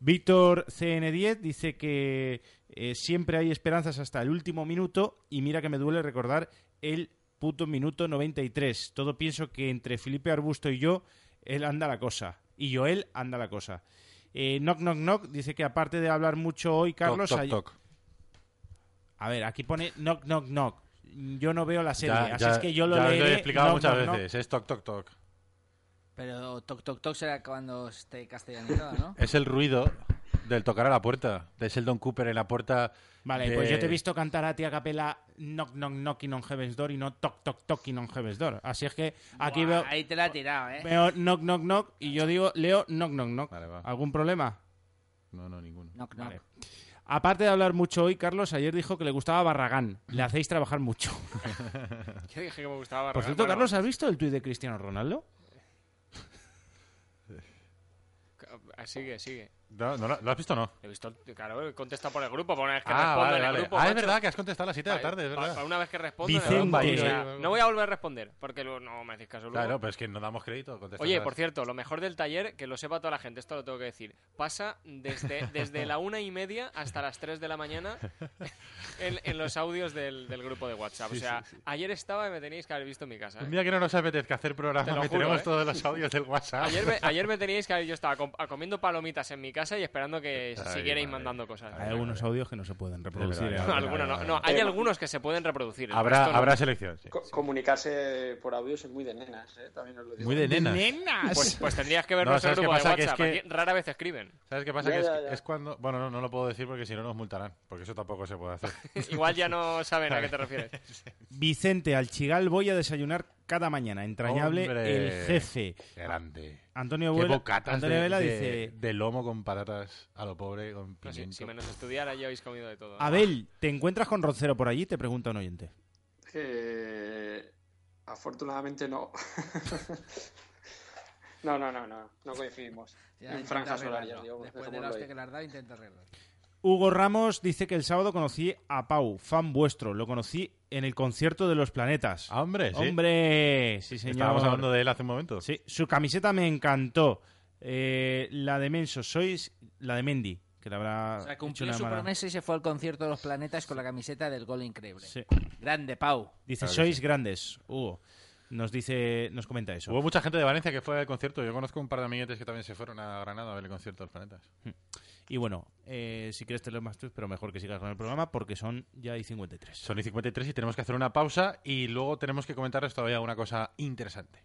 C: Víctor CN10 dice que eh, siempre hay esperanzas hasta el último minuto y mira que me duele recordar el puto minuto 93. Todo pienso que entre Felipe Arbusto y yo, él anda la cosa. Y yo, él anda la cosa. Eh, knock, knock, knock. Dice que aparte de hablar mucho hoy, Carlos...
B: Toc,
C: hay-
B: toc, toc.
C: a ver, aquí pone knock, knock, knock. Yo no veo la serie,
B: Ya-
C: así
B: ya-
C: es que yo lo
B: ya os
C: leeré
B: he explicado
C: knock,
B: muchas
C: knock, knock.
B: veces. Es toc, toc, toc.
D: Pero toc toc toc será cuando esté castellanizado, ¿no?
B: Es el ruido del tocar a la puerta, de Sheldon Cooper en la puerta.
C: Vale,
B: de-
C: pues yo te he visto cantar a ti a capela knock, knock, knocking on heaven's door y no toc, toc, toking on heaven's door. Así es que aquí
D: Buah,
C: veo,
D: Ahí te la he tirado, ¿eh?
C: veo knock, knock, knock y yo digo leo knock, knock, knock.
B: Vale, va.
C: ¿Algún problema?
B: No, no, ninguno.
D: Knock, knock.
C: Vale. Aparte de hablar mucho hoy, Carlos, ayer dijo que le gustaba Barragán. Le hacéis trabajar mucho.
E: Yo dije ¿eh? que me gustaba
C: Por
E: Barragán.
C: cierto,
E: Bueno,
C: Carlos, ¿has visto el tuit de Cristiano Ronaldo?
E: ca- Sigue, sigue.
B: No, no, ¿Lo lo has visto o no?
E: He visto, claro, contesta por el grupo, por una vez que
B: ah,
E: respondo
B: vale,
E: en el
B: vale.
E: grupo.
B: ah, es
E: macho.
B: verdad que has contestado a las 7 de la tarde, es
E: Pa-
B: verdad.
E: pa- una vez que respondo,
C: Vicente.
E: en el grupo, o sea,
B: Vicente.
E: no voy a volver a responder, porque luego no me hacéis caso. luego.
B: Claro, pero es que no damos crédito. contestas a
E: Oye,
B: las-
E: por cierto, lo mejor del taller, que lo sepa toda la gente, esto lo tengo que decir, pasa desde, desde la una y media hasta las 3 de la mañana en, en los audios del, del grupo de WhatsApp.
B: Sí,
E: o sea,
B: sí, Pues sí.
E: ayer estaba y me teníais que haber visto en mi casa. ¿eh?
B: Un día que no nos apetezca hacer programa,
E: Te lo juro,
B: tenemos
E: ¿eh?
B: todos los audios del WhatsApp.
E: Ayer me, ayer me teníais que haber, yo estaba com- comiendo palomitas en mi casa y esperando que
B: Ay,
E: siguierais
B: madre.
E: mandando cosas.
C: Hay algunos audios que no se pueden reproducir.
B: verdad,
C: ¿eh?
B: es
E: No,
B: verdad.
E: algunos no. No, hay algunos que se pueden reproducir. el
B: Habrá,
E: resto no.
B: habrá selección. sí.
F: Co- comunicarse por audios es muy de nenas, ¿eh? También os lo digo.
B: Muy de nena.
C: ¡Nenas!
E: Pues, pues tendrías que ver
B: No,
E: nuestro
B: ¿sabes qué
E: grupo de
B: pasa? Que es
E: WhatsApp.
B: que-
E: aquí rara vez escriben.
B: ¿Sabes qué pasa?
F: Ya,
B: que es,
F: ya, ya.
B: es cuando. Bueno, no, no lo puedo decir porque si no nos multarán. Porque eso tampoco se puede hacer.
E: Igual ya no saben a qué te refieres. Pues
C: Vicente Alchigal, voy a desayunar cada mañana. Entrañable
B: Hombre.
C: el jefe.
B: Grande.
C: Antonio
B: Qué
C: Vela,
B: bocatas
C: Antonio
B: de,
C: Vela
B: de-
C: dice:
B: de lomo con patatas a lo pobre con
E: No, si,
B: pimiento.
E: si menos estudiara ya habéis comido de todo.
C: Abel, ¿te encuentras con Roncero por allí? Te pregunta un oyente.
F: Que afortunadamente no. no, no, no, no. No coincidimos.
D: Ya,
F: en
D: intenta
F: franjas
D: arreglarlo.
F: horarias, digo.
D: Después de
F: dejémoslo
D: la
F: ahí.
D: hostia que le has dado, intenta arreglarlo.
C: Ah, Hugo Ramos dice que el sábado conocí a Pau, fan vuestro. Lo conocí en el concierto de los planetas.
B: Ah, hombre, sí.
C: Hombre, sí, señor.
B: Estábamos hablando de él hace un momento.
C: Sí, su camiseta me encantó. Eh, la de Menso, sois la de Mendy, que la habrá.
D: O sea,
C: hecho
D: cumplió
C: una
D: su
C: mala-
D: promesa y se fue al concierto de los planetas con la camiseta del gol increíble.
C: Sí.
D: Grande, Pau.
C: Dice,
B: Claro que
C: sois
B: sí.
C: grandes, Hugo. Nos dice, nos comenta eso.
B: Hubo mucha gente de Valencia que fue al concierto. Yo conozco un par de amiguetes que también se fueron a Granada a ver el concierto de los planetas.
C: Y bueno, eh, si quieres te leo más tweets, pero mejor que sigas con el programa porque son ya y 53.
B: Son y 53 y tenemos que hacer una pausa y luego tenemos que comentarles todavía una cosa interesante.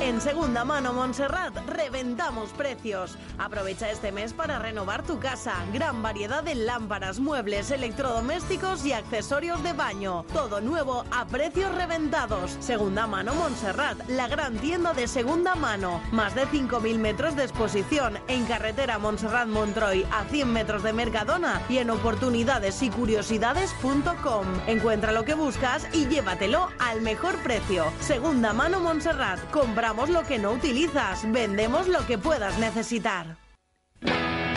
H: En Segunda Mano Montserrat reventamos precios. Aprovecha este mes para renovar tu casa. Gran variedad de lámparas, muebles, electrodomésticos y accesorios de baño. Todo nuevo a precios reventados. Segunda Mano Montserrat, la gran tienda de segunda mano. Más de 5.000 metros de exposición en carretera Montserrat Montroy a 100 metros de Mercadona y en oportunidades y curiosidades.com. Encuentra lo que buscas y llévatelo al mejor precio. Segunda Mano Montserrat. Compramos lo que no utilizas, vendemos lo que puedas necesitar.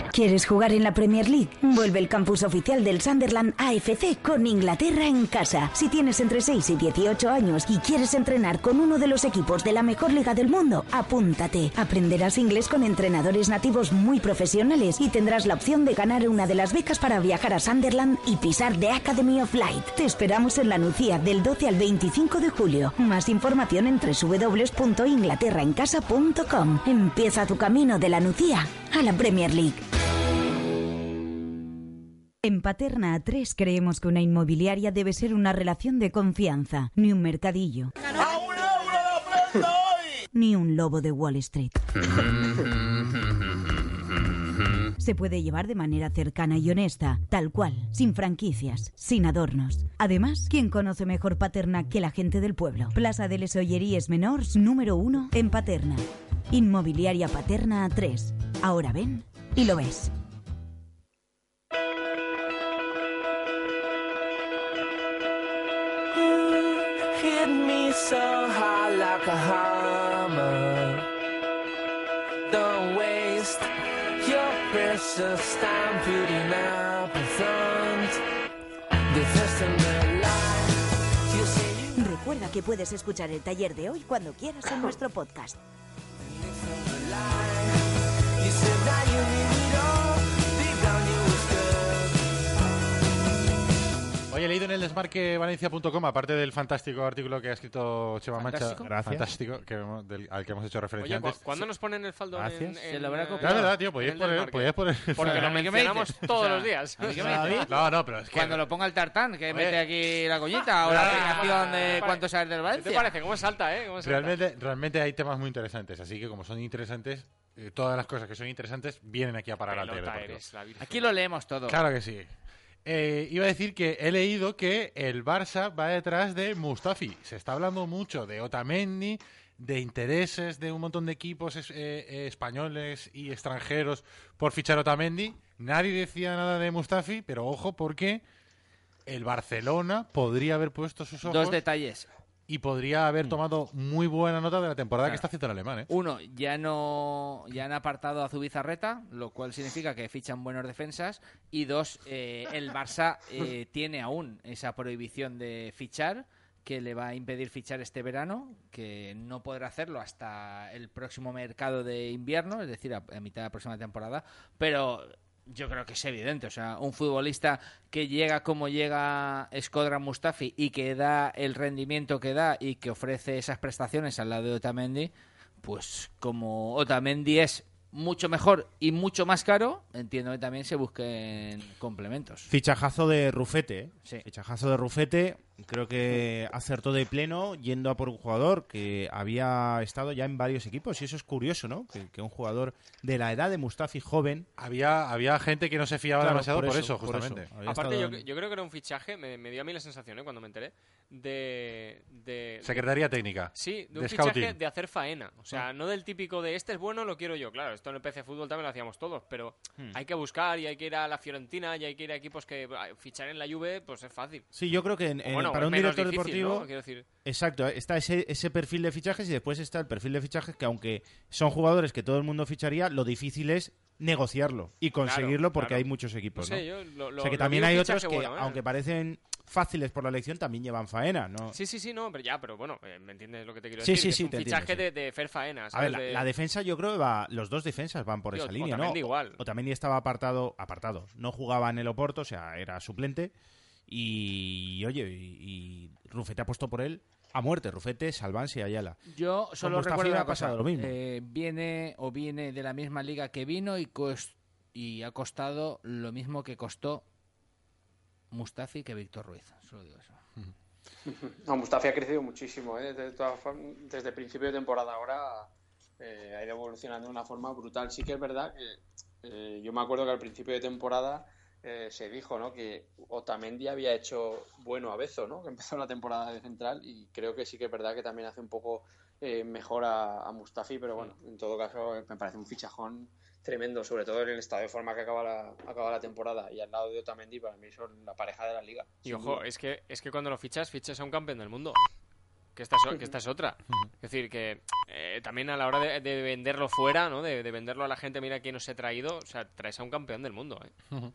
G: ¿Quieres jugar en la Premier League? Vuelve el campus oficial del Sunderland AFC con Inglaterra en casa. Si tienes entre 6 y 18 años y quieres entrenar con uno de los equipos de la mejor liga del mundo, apúntate. Aprenderás inglés con entrenadores nativos muy profesionales y tendrás la opción de ganar una de las becas para viajar a Sunderland y pisar The Academy of Light. Te esperamos en la Nucía del 12 al 25 de julio. Más información en www.inglaterraencasa.com. Empieza tu camino de la Nucía a la Premier League.
I: En Paterna a 3 creemos que una inmobiliaria debe ser una relación de confianza, ni un mercadillo, ni un lobo de Wall Street. Se puede llevar de manera cercana y honesta, tal cual, sin franquicias, sin adornos. Además, ¿quién conoce mejor Paterna que la gente del pueblo? Plaza de les Olleries Menors, número 1, en Paterna. Inmobiliaria Paterna a 3. Ahora ven y lo ves.
A: Hit me so hard like a hammer. Don't waste your precious time putting up a front. The first in the light. You say you
I: Recuerda que puedes escuchar el taller de hoy cuando quieras en nuestro podcast.
A: You said that you need it all. Deep down you was good.
B: Oye, he leído en el desmarquevalencia.com, aparte del fantástico artículo que ha escrito Chema Mancha,
E: ¿Fantástico?
C: Gracias.
B: fantástico, que hemos- del- al que hemos hecho referencia
E: Oye, ¿cu-
B: antes.
E: ¿cuándo nos ponen el faldo
B: Gracias.
E: en,
B: Se
E: en,
B: lo habrá
E: eh,
B: comprado. Es verdad, tío, podíais
E: en el
B: poner-
E: market?
B: podíais poner-
E: Porque lo
B: ¿A mí qué me
E: mencionamos
B: dices?
E: todos
B: O sea,
E: los días.
B: ¿a mí qué me dices? David. No, no, pero es que-
D: Cuando lo ponga el tartán, que
E: Oye.
D: mete aquí la coñita o
C: Ah,
D: la aplicación de
E: Vale.
D: cuánto sabes del
E: ¿Qué
D: Valencia.
E: te parece? ¿Cómo salta, eh? ¿Cómo salta?
B: Realmente, realmente hay temas muy interesantes, así que como son interesantes, eh, todas las cosas que son interesantes vienen aquí a parar al
E: Pelota
B: deportivo.
E: eres, la Virgen.
D: Aquí lo leemos todo.
B: Claro que sí. Eh, iba a decir que he leído que el Barça va detrás de Mustafi. Se está hablando mucho de Otamendi, de intereses de un montón de equipos es- eh, eh, españoles y extranjeros por fichar a Otamendi. Nadie decía nada de Mustafi, pero ojo porque el Barcelona podría haber puesto sus ojos
D: Dos detalles.
B: y podría
C: Mm.
B: haber tomado muy buena nota de la temporada que
D: Claro.
B: está haciendo el alemán. ¿eh?
D: Uno, ya no ya han apartado a Zubizarreta, lo cual significa que fichan buenos defensas. Y dos, eh, el Barça eh, tiene aún esa prohibición de fichar que le va a impedir fichar este verano, que no podrá hacerlo hasta el próximo mercado de invierno, es decir, a, a mitad de la próxima temporada. Pero yo creo que es evidente, o sea, un futbolista que llega como llega Escodra Mustafi y que da el rendimiento que da y que ofrece esas prestaciones al lado de Otamendi, pues como Otamendi es mucho mejor y mucho más caro, entiendo que también se busquen complementos.
C: Fichajazo de Rufete. ¿eh?
D: Sí.
C: Fichajazo de Rufete. Creo que acertó de pleno yendo a por un jugador que había estado ya en varios equipos. Y eso es curioso, ¿no? Que, que un jugador de la edad de Mustafi joven.
B: Había, había gente que no se fiaba
C: Claro,
B: demasiado
C: por
B: por
C: eso,
B: eso,
C: por eso.
B: justamente.
C: Había
E: Aparte, yo,
C: estado en-
E: yo creo que era un fichaje, me, me dio a mí la sensación, ¿eh? Cuando me enteré, de... de
B: Secretaría técnica.
E: Sí, de un fichaje
B: scouting.
E: de hacer faena. O
C: Ah.
E: sea, no del típico de este es bueno, lo quiero yo. Claro, esto en el PC Fútbol también lo hacíamos todos, pero
C: Hmm.
E: hay que buscar y hay que ir a la Fiorentina y hay que ir a equipos que ah, fichar en la Juve, pues es fácil.
C: Sí, yo creo que en- en-
E: Bueno,
C: Eh, para
E: es
C: un
E: menos
C: director
E: difícil,
C: deportivo.
E: ¿no? Quiero decir-
C: Exacto, está ese, ese perfil de fichajes y después está el perfil de fichajes que, aunque son jugadores que todo el mundo ficharía, lo difícil es negociarlo y conseguirlo porque
E: claro.
C: hay muchos equipos.
E: No
C: pues ¿no?
E: sé, yo lo- lo-
C: o sea que
E: lo
C: también
E: vi un
C: hay
E: fichaje
C: otros que,
E: bueno, ¿eh?
C: aunque parecen fáciles por la elección, también llevan faena. ¿no?
E: Sí, sí, sí, no, pero ya, pero bueno, eh, ¿me entiendes lo que te quiero
C: Sí,
E: decir?
C: sí,
E: que
C: sí,
E: es
C: te
E: un
C: entiendo,
E: fichaje
C: sí.
E: de, de fair faena,
C: A ver,
E: ¿sabes?
C: la,
E: De-
C: la defensa yo creo que va, los dos defensas van por
E: Tío,
C: esa línea,
E: Otamendi
C: ¿no?
E: igual.
C: Otamendi estaba apartado, apartado, no jugaba en el Oporto, o sea, era suplente y, oye, y, y Rufete ha puesto por él a muerte, Rufete, Salvansi y Ayala.
D: Yo
C: Con
D: solo
C: Mustafi
D: recuerdo
C: ha
D: una cosa.
C: pasado lo mismo.
D: Eh, viene o viene de la misma liga que vino y, cos- y ha costado lo mismo que costó Mustafi que Víctor Ruiz. Solo digo eso.
F: No, Mustafi ha crecido muchísimo, ¿eh? desde, toda forma- desde principio de temporada ahora eh, ha ido evolucionando de una forma brutal. Sí que es verdad que eh, yo me acuerdo que al principio de temporada eh, se dijo ¿no? que Otamendi había hecho bueno a Bezo, ¿no? que empezó la temporada de central y creo que sí que es verdad que también hace un poco eh, mejor a, a Mustafi, pero bueno, en todo caso eh, me parece un fichajón tremendo, sobre todo en el estado de forma que acaba la, acaba la temporada y al lado de Otamendi para mí son la pareja de la liga.
E: Y ojo, es que, es que cuando lo fichas, fichas a un campeón del mundo. Que esta es, o- que esta es otra. Es decir, que eh, también a la hora de, de venderlo fuera, ¿no? De, de venderlo a la gente, mira quién os he traído. O sea, traes a un campeón del mundo, ¿eh?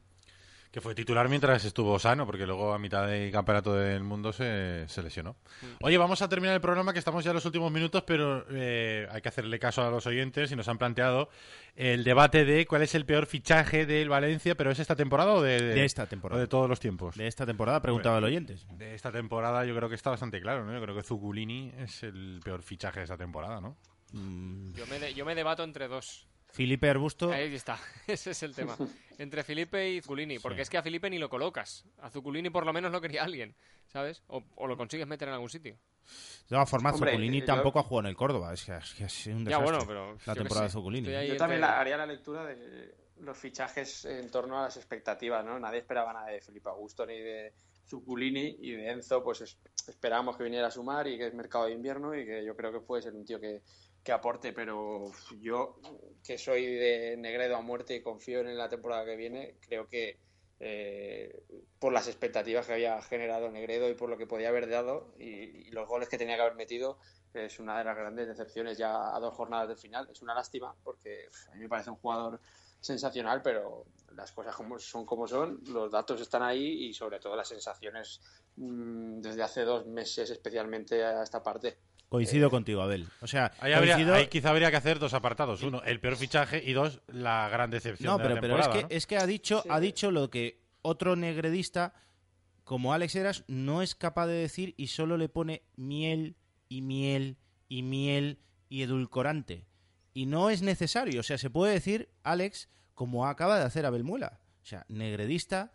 B: Que fue titular mientras estuvo sano, porque luego a mitad del campeonato del mundo se, se lesionó.
C: Mm.
B: Oye, vamos a terminar el programa, que estamos ya en los últimos minutos, pero eh, hay que hacerle caso a los oyentes y nos han planteado el debate de cuál es el peor fichaje del Valencia, pero ¿es esta temporada o de,
C: De esta temporada.
B: o de todos los tiempos?
C: De esta temporada, preguntaba el
B: Bueno,
C: oyente.
B: De esta temporada yo creo que está bastante claro, ¿no? Yo creo que Zuculini es el peor fichaje de esta temporada, ¿no?
E: Yo me, de- yo me debato entre dos.
C: Felipe Arbusto.
E: Ahí está, ese es el tema. Entre Felipe y Zuculini, porque es que a Felipe ni lo colocas. A Zuculini por lo menos lo quería alguien, ¿sabes? O, o lo consigues meter en algún sitio.
C: De todas formas,
E: Hombre,
C: Zuculini
E: yo-
C: tampoco ha jugado en el Córdoba. Es que, es que ha sido un
E: Ya,
C: desastre.
E: bueno, pero yo
C: La
E: qué
C: temporada de
E: sé,
C: Zuculini.
E: estoy ahí
C: ¿eh?
F: Yo también la- haría la lectura de los fichajes en torno a las expectativas, ¿no? Nadie esperaba nada de Felipe Augusto ni de Zuculini y de Enzo, pues es- esperábamos que viniera a sumar y que es mercado de invierno y que yo creo que puede ser un tío que, que aporte, pero yo que soy de Negredo a muerte y confío en la temporada que viene, creo que eh, por las expectativas que había generado Negredo y por lo que podía haber dado y, y los goles que tenía que haber metido, es una de las grandes decepciones ya a dos jornadas del final. Es una lástima porque uf, a mí me parece un jugador sensacional, pero las cosas como son como son, los datos están ahí y sobre todo las sensaciones mm, desde hace dos meses especialmente a esta parte.
E: eh,
C: Coincido contigo, Abel. O sea,
B: Ahí, habría-
C: coincido-
B: ahí quizá habría que hacer dos apartados. Uno, el peor fichaje y dos, la gran decepción
C: No,
B: de
C: pero,
B: la
C: pero es,
B: temporada.
C: que, es que ha dicho, ha dicho lo que otro negredista, como Alex Eras, no es capaz de decir y solo le pone miel y miel y miel y edulcorante. Y no es necesario. O sea, se puede decir, Alex, como acaba de hacer Abel Muela. O sea, negredista,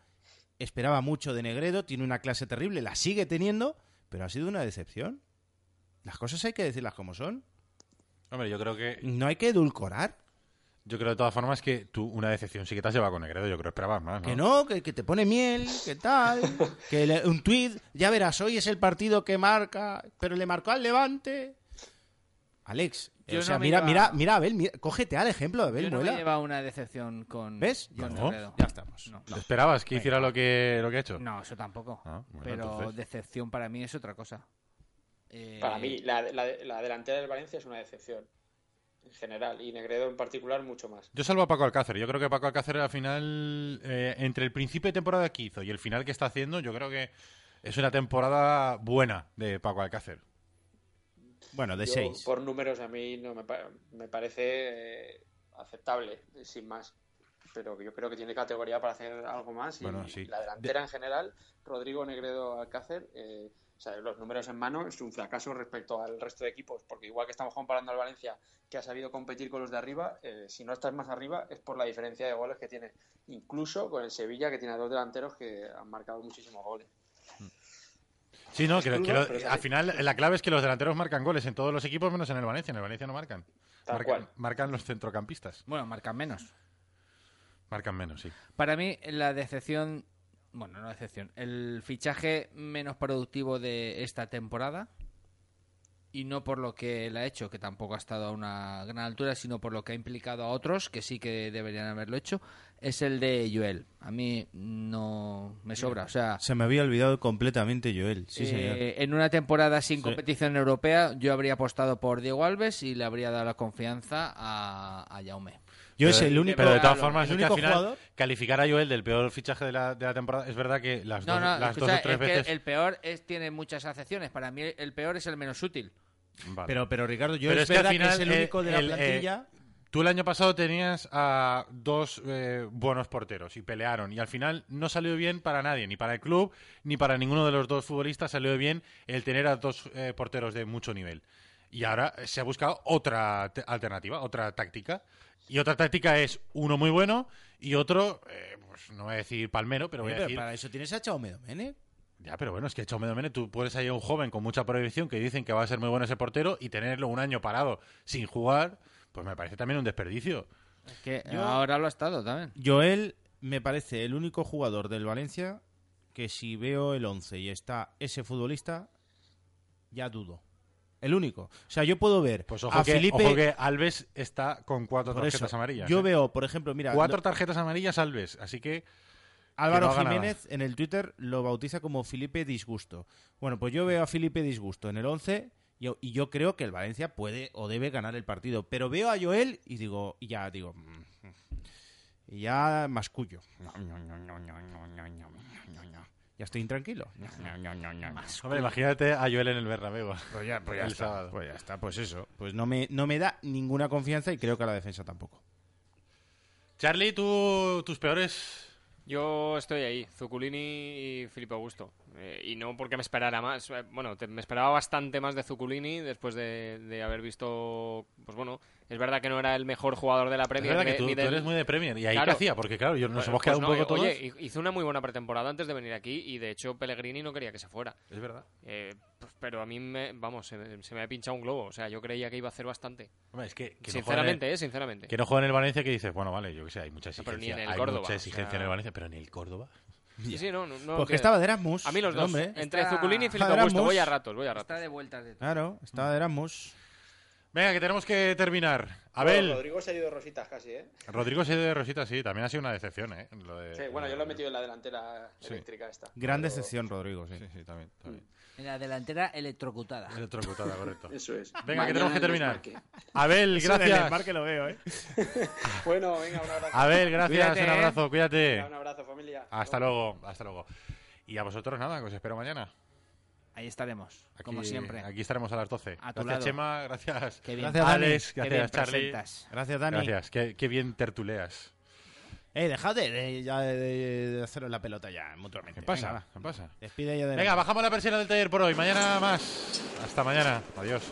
C: esperaba mucho de Negredo, tiene una clase terrible, la sigue teniendo, pero ha sido una decepción. Las cosas hay que decirlas como son.
B: ¿no? Hombre, yo creo que
C: No hay que edulcorar.
B: Yo creo de todas formas que tú una decepción sí que te has llevado con Negredo, yo creo esperabas más, ¿no?
C: Que no, que, que te pone miel, que tal, que le- un tuit, ya verás, hoy es el partido que marca, pero le marcó al Levante. Alex,
D: Yo
C: o sea,
D: no me
C: mira,
D: iba-
C: mira, mira, a Abel, mira, cógete al ejemplo de Abel
D: Yo no me
C: Muela.
D: he llevado una decepción con.
C: ¿Ves?
D: con
C: No,
D: Negredo.
C: ya estamos.
D: No.
B: ¿Te esperabas que hiciera lo que, lo que ha hecho?
D: No, eso tampoco.
B: Ah, bueno,
D: Pero
B: entonces.
D: decepción para mí es otra cosa. Eh,
F: Para mí, la, la, la delantera del Valencia es una decepción en general y Negredo en particular mucho más.
B: Yo salvo a Paco Alcácer. Yo creo que Paco Alcácer al final, eh, entre el principio de temporada que hizo y el final que está haciendo, yo creo que es una temporada buena de Paco Alcácer.
C: Bueno,
F: Yo, Por números a mí no me, pa- me parece eh, aceptable, eh, sin más. Pero yo creo que tiene categoría para hacer algo más. Y,
B: Bueno, sí.
F: y la delantera en general, Rodrigo Negredo Alcácer, eh, o sea, los números en mano es un fracaso respecto al resto de equipos. Porque igual que estamos comparando al Valencia, que ha sabido competir con los de arriba, eh, si no estás más arriba es por la diferencia de goles que tiene. Incluso con el Sevilla, que tiene a dos delanteros que han marcado muchísimos goles.
B: Sí, no,
F: Es
B: creo-
F: crudo,
B: creo-
F: pero es
B: al
F: así.
B: final la clave es que los delanteros marcan goles en todos los equipos menos en el Valencia. En el Valencia no marcan.
D: Tal
B: Marcan,
D: cual.
B: marcan los centrocampistas.
D: Bueno, marcan menos.
B: Marcan menos, sí.
D: Para mí, la decepción. Bueno, no decepción. El fichaje menos productivo de esta temporada. Y no por lo que él ha hecho, que tampoco ha estado a una gran altura, sino por lo que ha implicado a otros que sí que deberían haberlo hecho, es el de Joel. A mí no me sobra. O sea,
C: Se me había olvidado completamente Joel, sí
D: Eh,
C: señor.
D: en una temporada sin
C: Sí.
D: competición europea, yo habría apostado por Diego Alves y le habría dado la confianza a, a Jaume.
C: Yo es el único-
B: Pero de todas
C: el
B: formas, es que
C: único
B: al final
C: jugador-
B: calificar a Joel del peor fichaje de la, de la temporada es verdad que las,
D: No,
B: dos,
D: no,
B: las
D: escucha,
B: dos o tres
D: es que
B: veces.
D: el peor es- tiene muchas acepciones. Para mí el peor es el menos útil.
B: Vale.
C: Pero, pero Ricardo, yo
B: Pero
C: es,
B: es que al
C: verdad que
B: final,
C: es el
B: eh,
C: único de la
B: el, eh,
C: plantilla.
B: Tú el año pasado tenías a dos eh, buenos porteros y pelearon y al final no salió bien para nadie, ni para el club, ni para ninguno de los dos futbolistas salió bien el tener a dos eh, porteros de mucho nivel. Y ahora eh, se ha buscado otra te- alternativa, otra táctica. Y otra táctica es uno muy bueno y otro, eh, pues no voy a decir palmero, pero voy a
C: Pero
B: decir...
C: para eso tienes a Chaume Domenech.
B: Ya, pero bueno, es que Chaume Domene, tú puedes ir a un joven con mucha prohibición que dicen que va a ser muy bueno ese portero y tenerlo un año parado sin jugar, pues me parece también un desperdicio.
D: Que
C: Yo-
D: ahora lo ha estado también.
C: Joel me parece el único jugador del Valencia que si veo el 11 y está ese futbolista, ya dudo. El único. O sea, yo puedo ver
B: Pues ojo,
C: a
B: que,
C: Felipe...
B: ojo que Alves está con cuatro
C: Por
B: tarjetas
C: eso,
B: amarillas.
C: Yo
B: ¿eh?
C: veo, por ejemplo, mira...
B: Cuatro
C: lo-
B: tarjetas amarillas Alves, así que... que
C: Álvaro
B: no haga nada.
C: Jiménez en el Twitter lo bautiza como Felipe Disgusto. Bueno, pues yo veo a Felipe Disgusto en el 11 y, y yo creo que el Valencia puede o debe ganar el partido. Pero veo a Joel y digo, y ya digo, mm, y ya mascullo. Ya estoy intranquilo.
B: Hombre, imagínate a Joel en el Bernabéu.
C: Pues ya, pues ya
B: el
C: está,
B: sábado.
C: Pues ya está, pues eso. Pues no me, no me da ninguna confianza y creo que a la defensa tampoco.
B: Charlie, tú, tus peores.
E: Yo estoy ahí, Zuculini y Filipe Augusto. Eh, y no porque me esperara más. eh, Bueno, te- me esperaba bastante más de Zuculini después de, de haber visto. Pues bueno, es verdad que no era el mejor jugador de la
B: Es
E: Premier.
B: verdad que
E: ni-
B: tú,
E: ni
B: tú
E: del-
B: eres muy de Premier. ¿Y ahí
E: Claro.
B: qué hacía? Porque claro, yo, nos
E: Pues-
B: hemos
E: pues
B: quedado
E: no,
B: un poco todos...
E: Oye, hi- hizo una muy buena pretemporada antes de venir aquí y de hecho Pellegrini no quería que se fuera. Eh, pues,
B: Es verdad.
E: pero a mí, me, vamos, se, me- se me ha pinchado un globo. O sea, yo creía que iba a hacer bastante.
B: Hombre, es que- que no
E: sinceramente,
B: juegue en el-
E: eh, sinceramente.
B: Que no juega en el Valencia, que dices, bueno, vale, yo que sé, hay mucha
E: No,
B: exigencia.
E: pero ni en el
B: hay
E: Córdoba,
B: mucha
E: o
B: exigencia
E: sea-
B: en el Valencia, pero ni el Córdoba.
E: Sí, sí, no, no,
B: Pues
E: no,
C: Porque
E: que-
C: estaba de Erasmus,
E: A mí los
C: el
E: dos.
C: hombre.
E: Entre
C: Está-
E: Zuculini y
C: está
E: Filipe
C: de
E: Augusto.
C: Erasmus.
E: Voy a ratos, voy a ratos.
D: Está de vueltas de
C: Claro, estaba de Erasmus.
B: Venga, que tenemos que terminar.
F: Bueno,
B: Abel,
F: Rodrigo se ha ido de rositas casi, ¿eh?
B: Rodrigo se ha ido de Rosita, sí, también ha sido una decepción, ¿eh? Lo de-
F: Sí, bueno, yo lo he metido en la delantera
B: Sí.
F: eléctrica esta.
C: Gran
F: Pero-
C: decepción, Rodrigo, sí.
B: Sí, sí, también. también.
J: En la delantera electrocutada.
B: Electrocutada, correcto.
F: Eso Mm. es.
B: Venga, que tenemos que terminar. Abel,
C: Abel,
B: gracias.
C: lo veo, ¿eh?
F: Bueno, venga, un abrazo.
B: Abel, gracias,
F: ¿eh?
B: un abrazo, cuídate.
F: Venga, un abrazo, familia.
B: Hasta luego, hasta luego. Y a vosotros nada, que os espero mañana.
D: Ahí estaremos, como
B: Aquí-
D: siempre.
B: Aquí estaremos a las 12.
D: A tu
B: gracias,
D: lado.
B: Chema, gracias.
D: Qué bien. Gracias,
B: Gracias,
D: Dani.
B: Alex,
D: Qué
B: gracias,
D: bien
B: Charlie.
D: presentas. Gracias, Dani.
B: Gracias, qué, qué bien tertuleas.
C: Eh, dejad de, de- ya de- de- de haceros la pelota ya, mutuamente.
B: ¿Qué pasa?
C: Venga,
B: ¿Qué pasa?
C: Despide ya de
B: Venga, bajamos la persiana del taller por hoy. Mañana más. Hasta mañana. Adiós.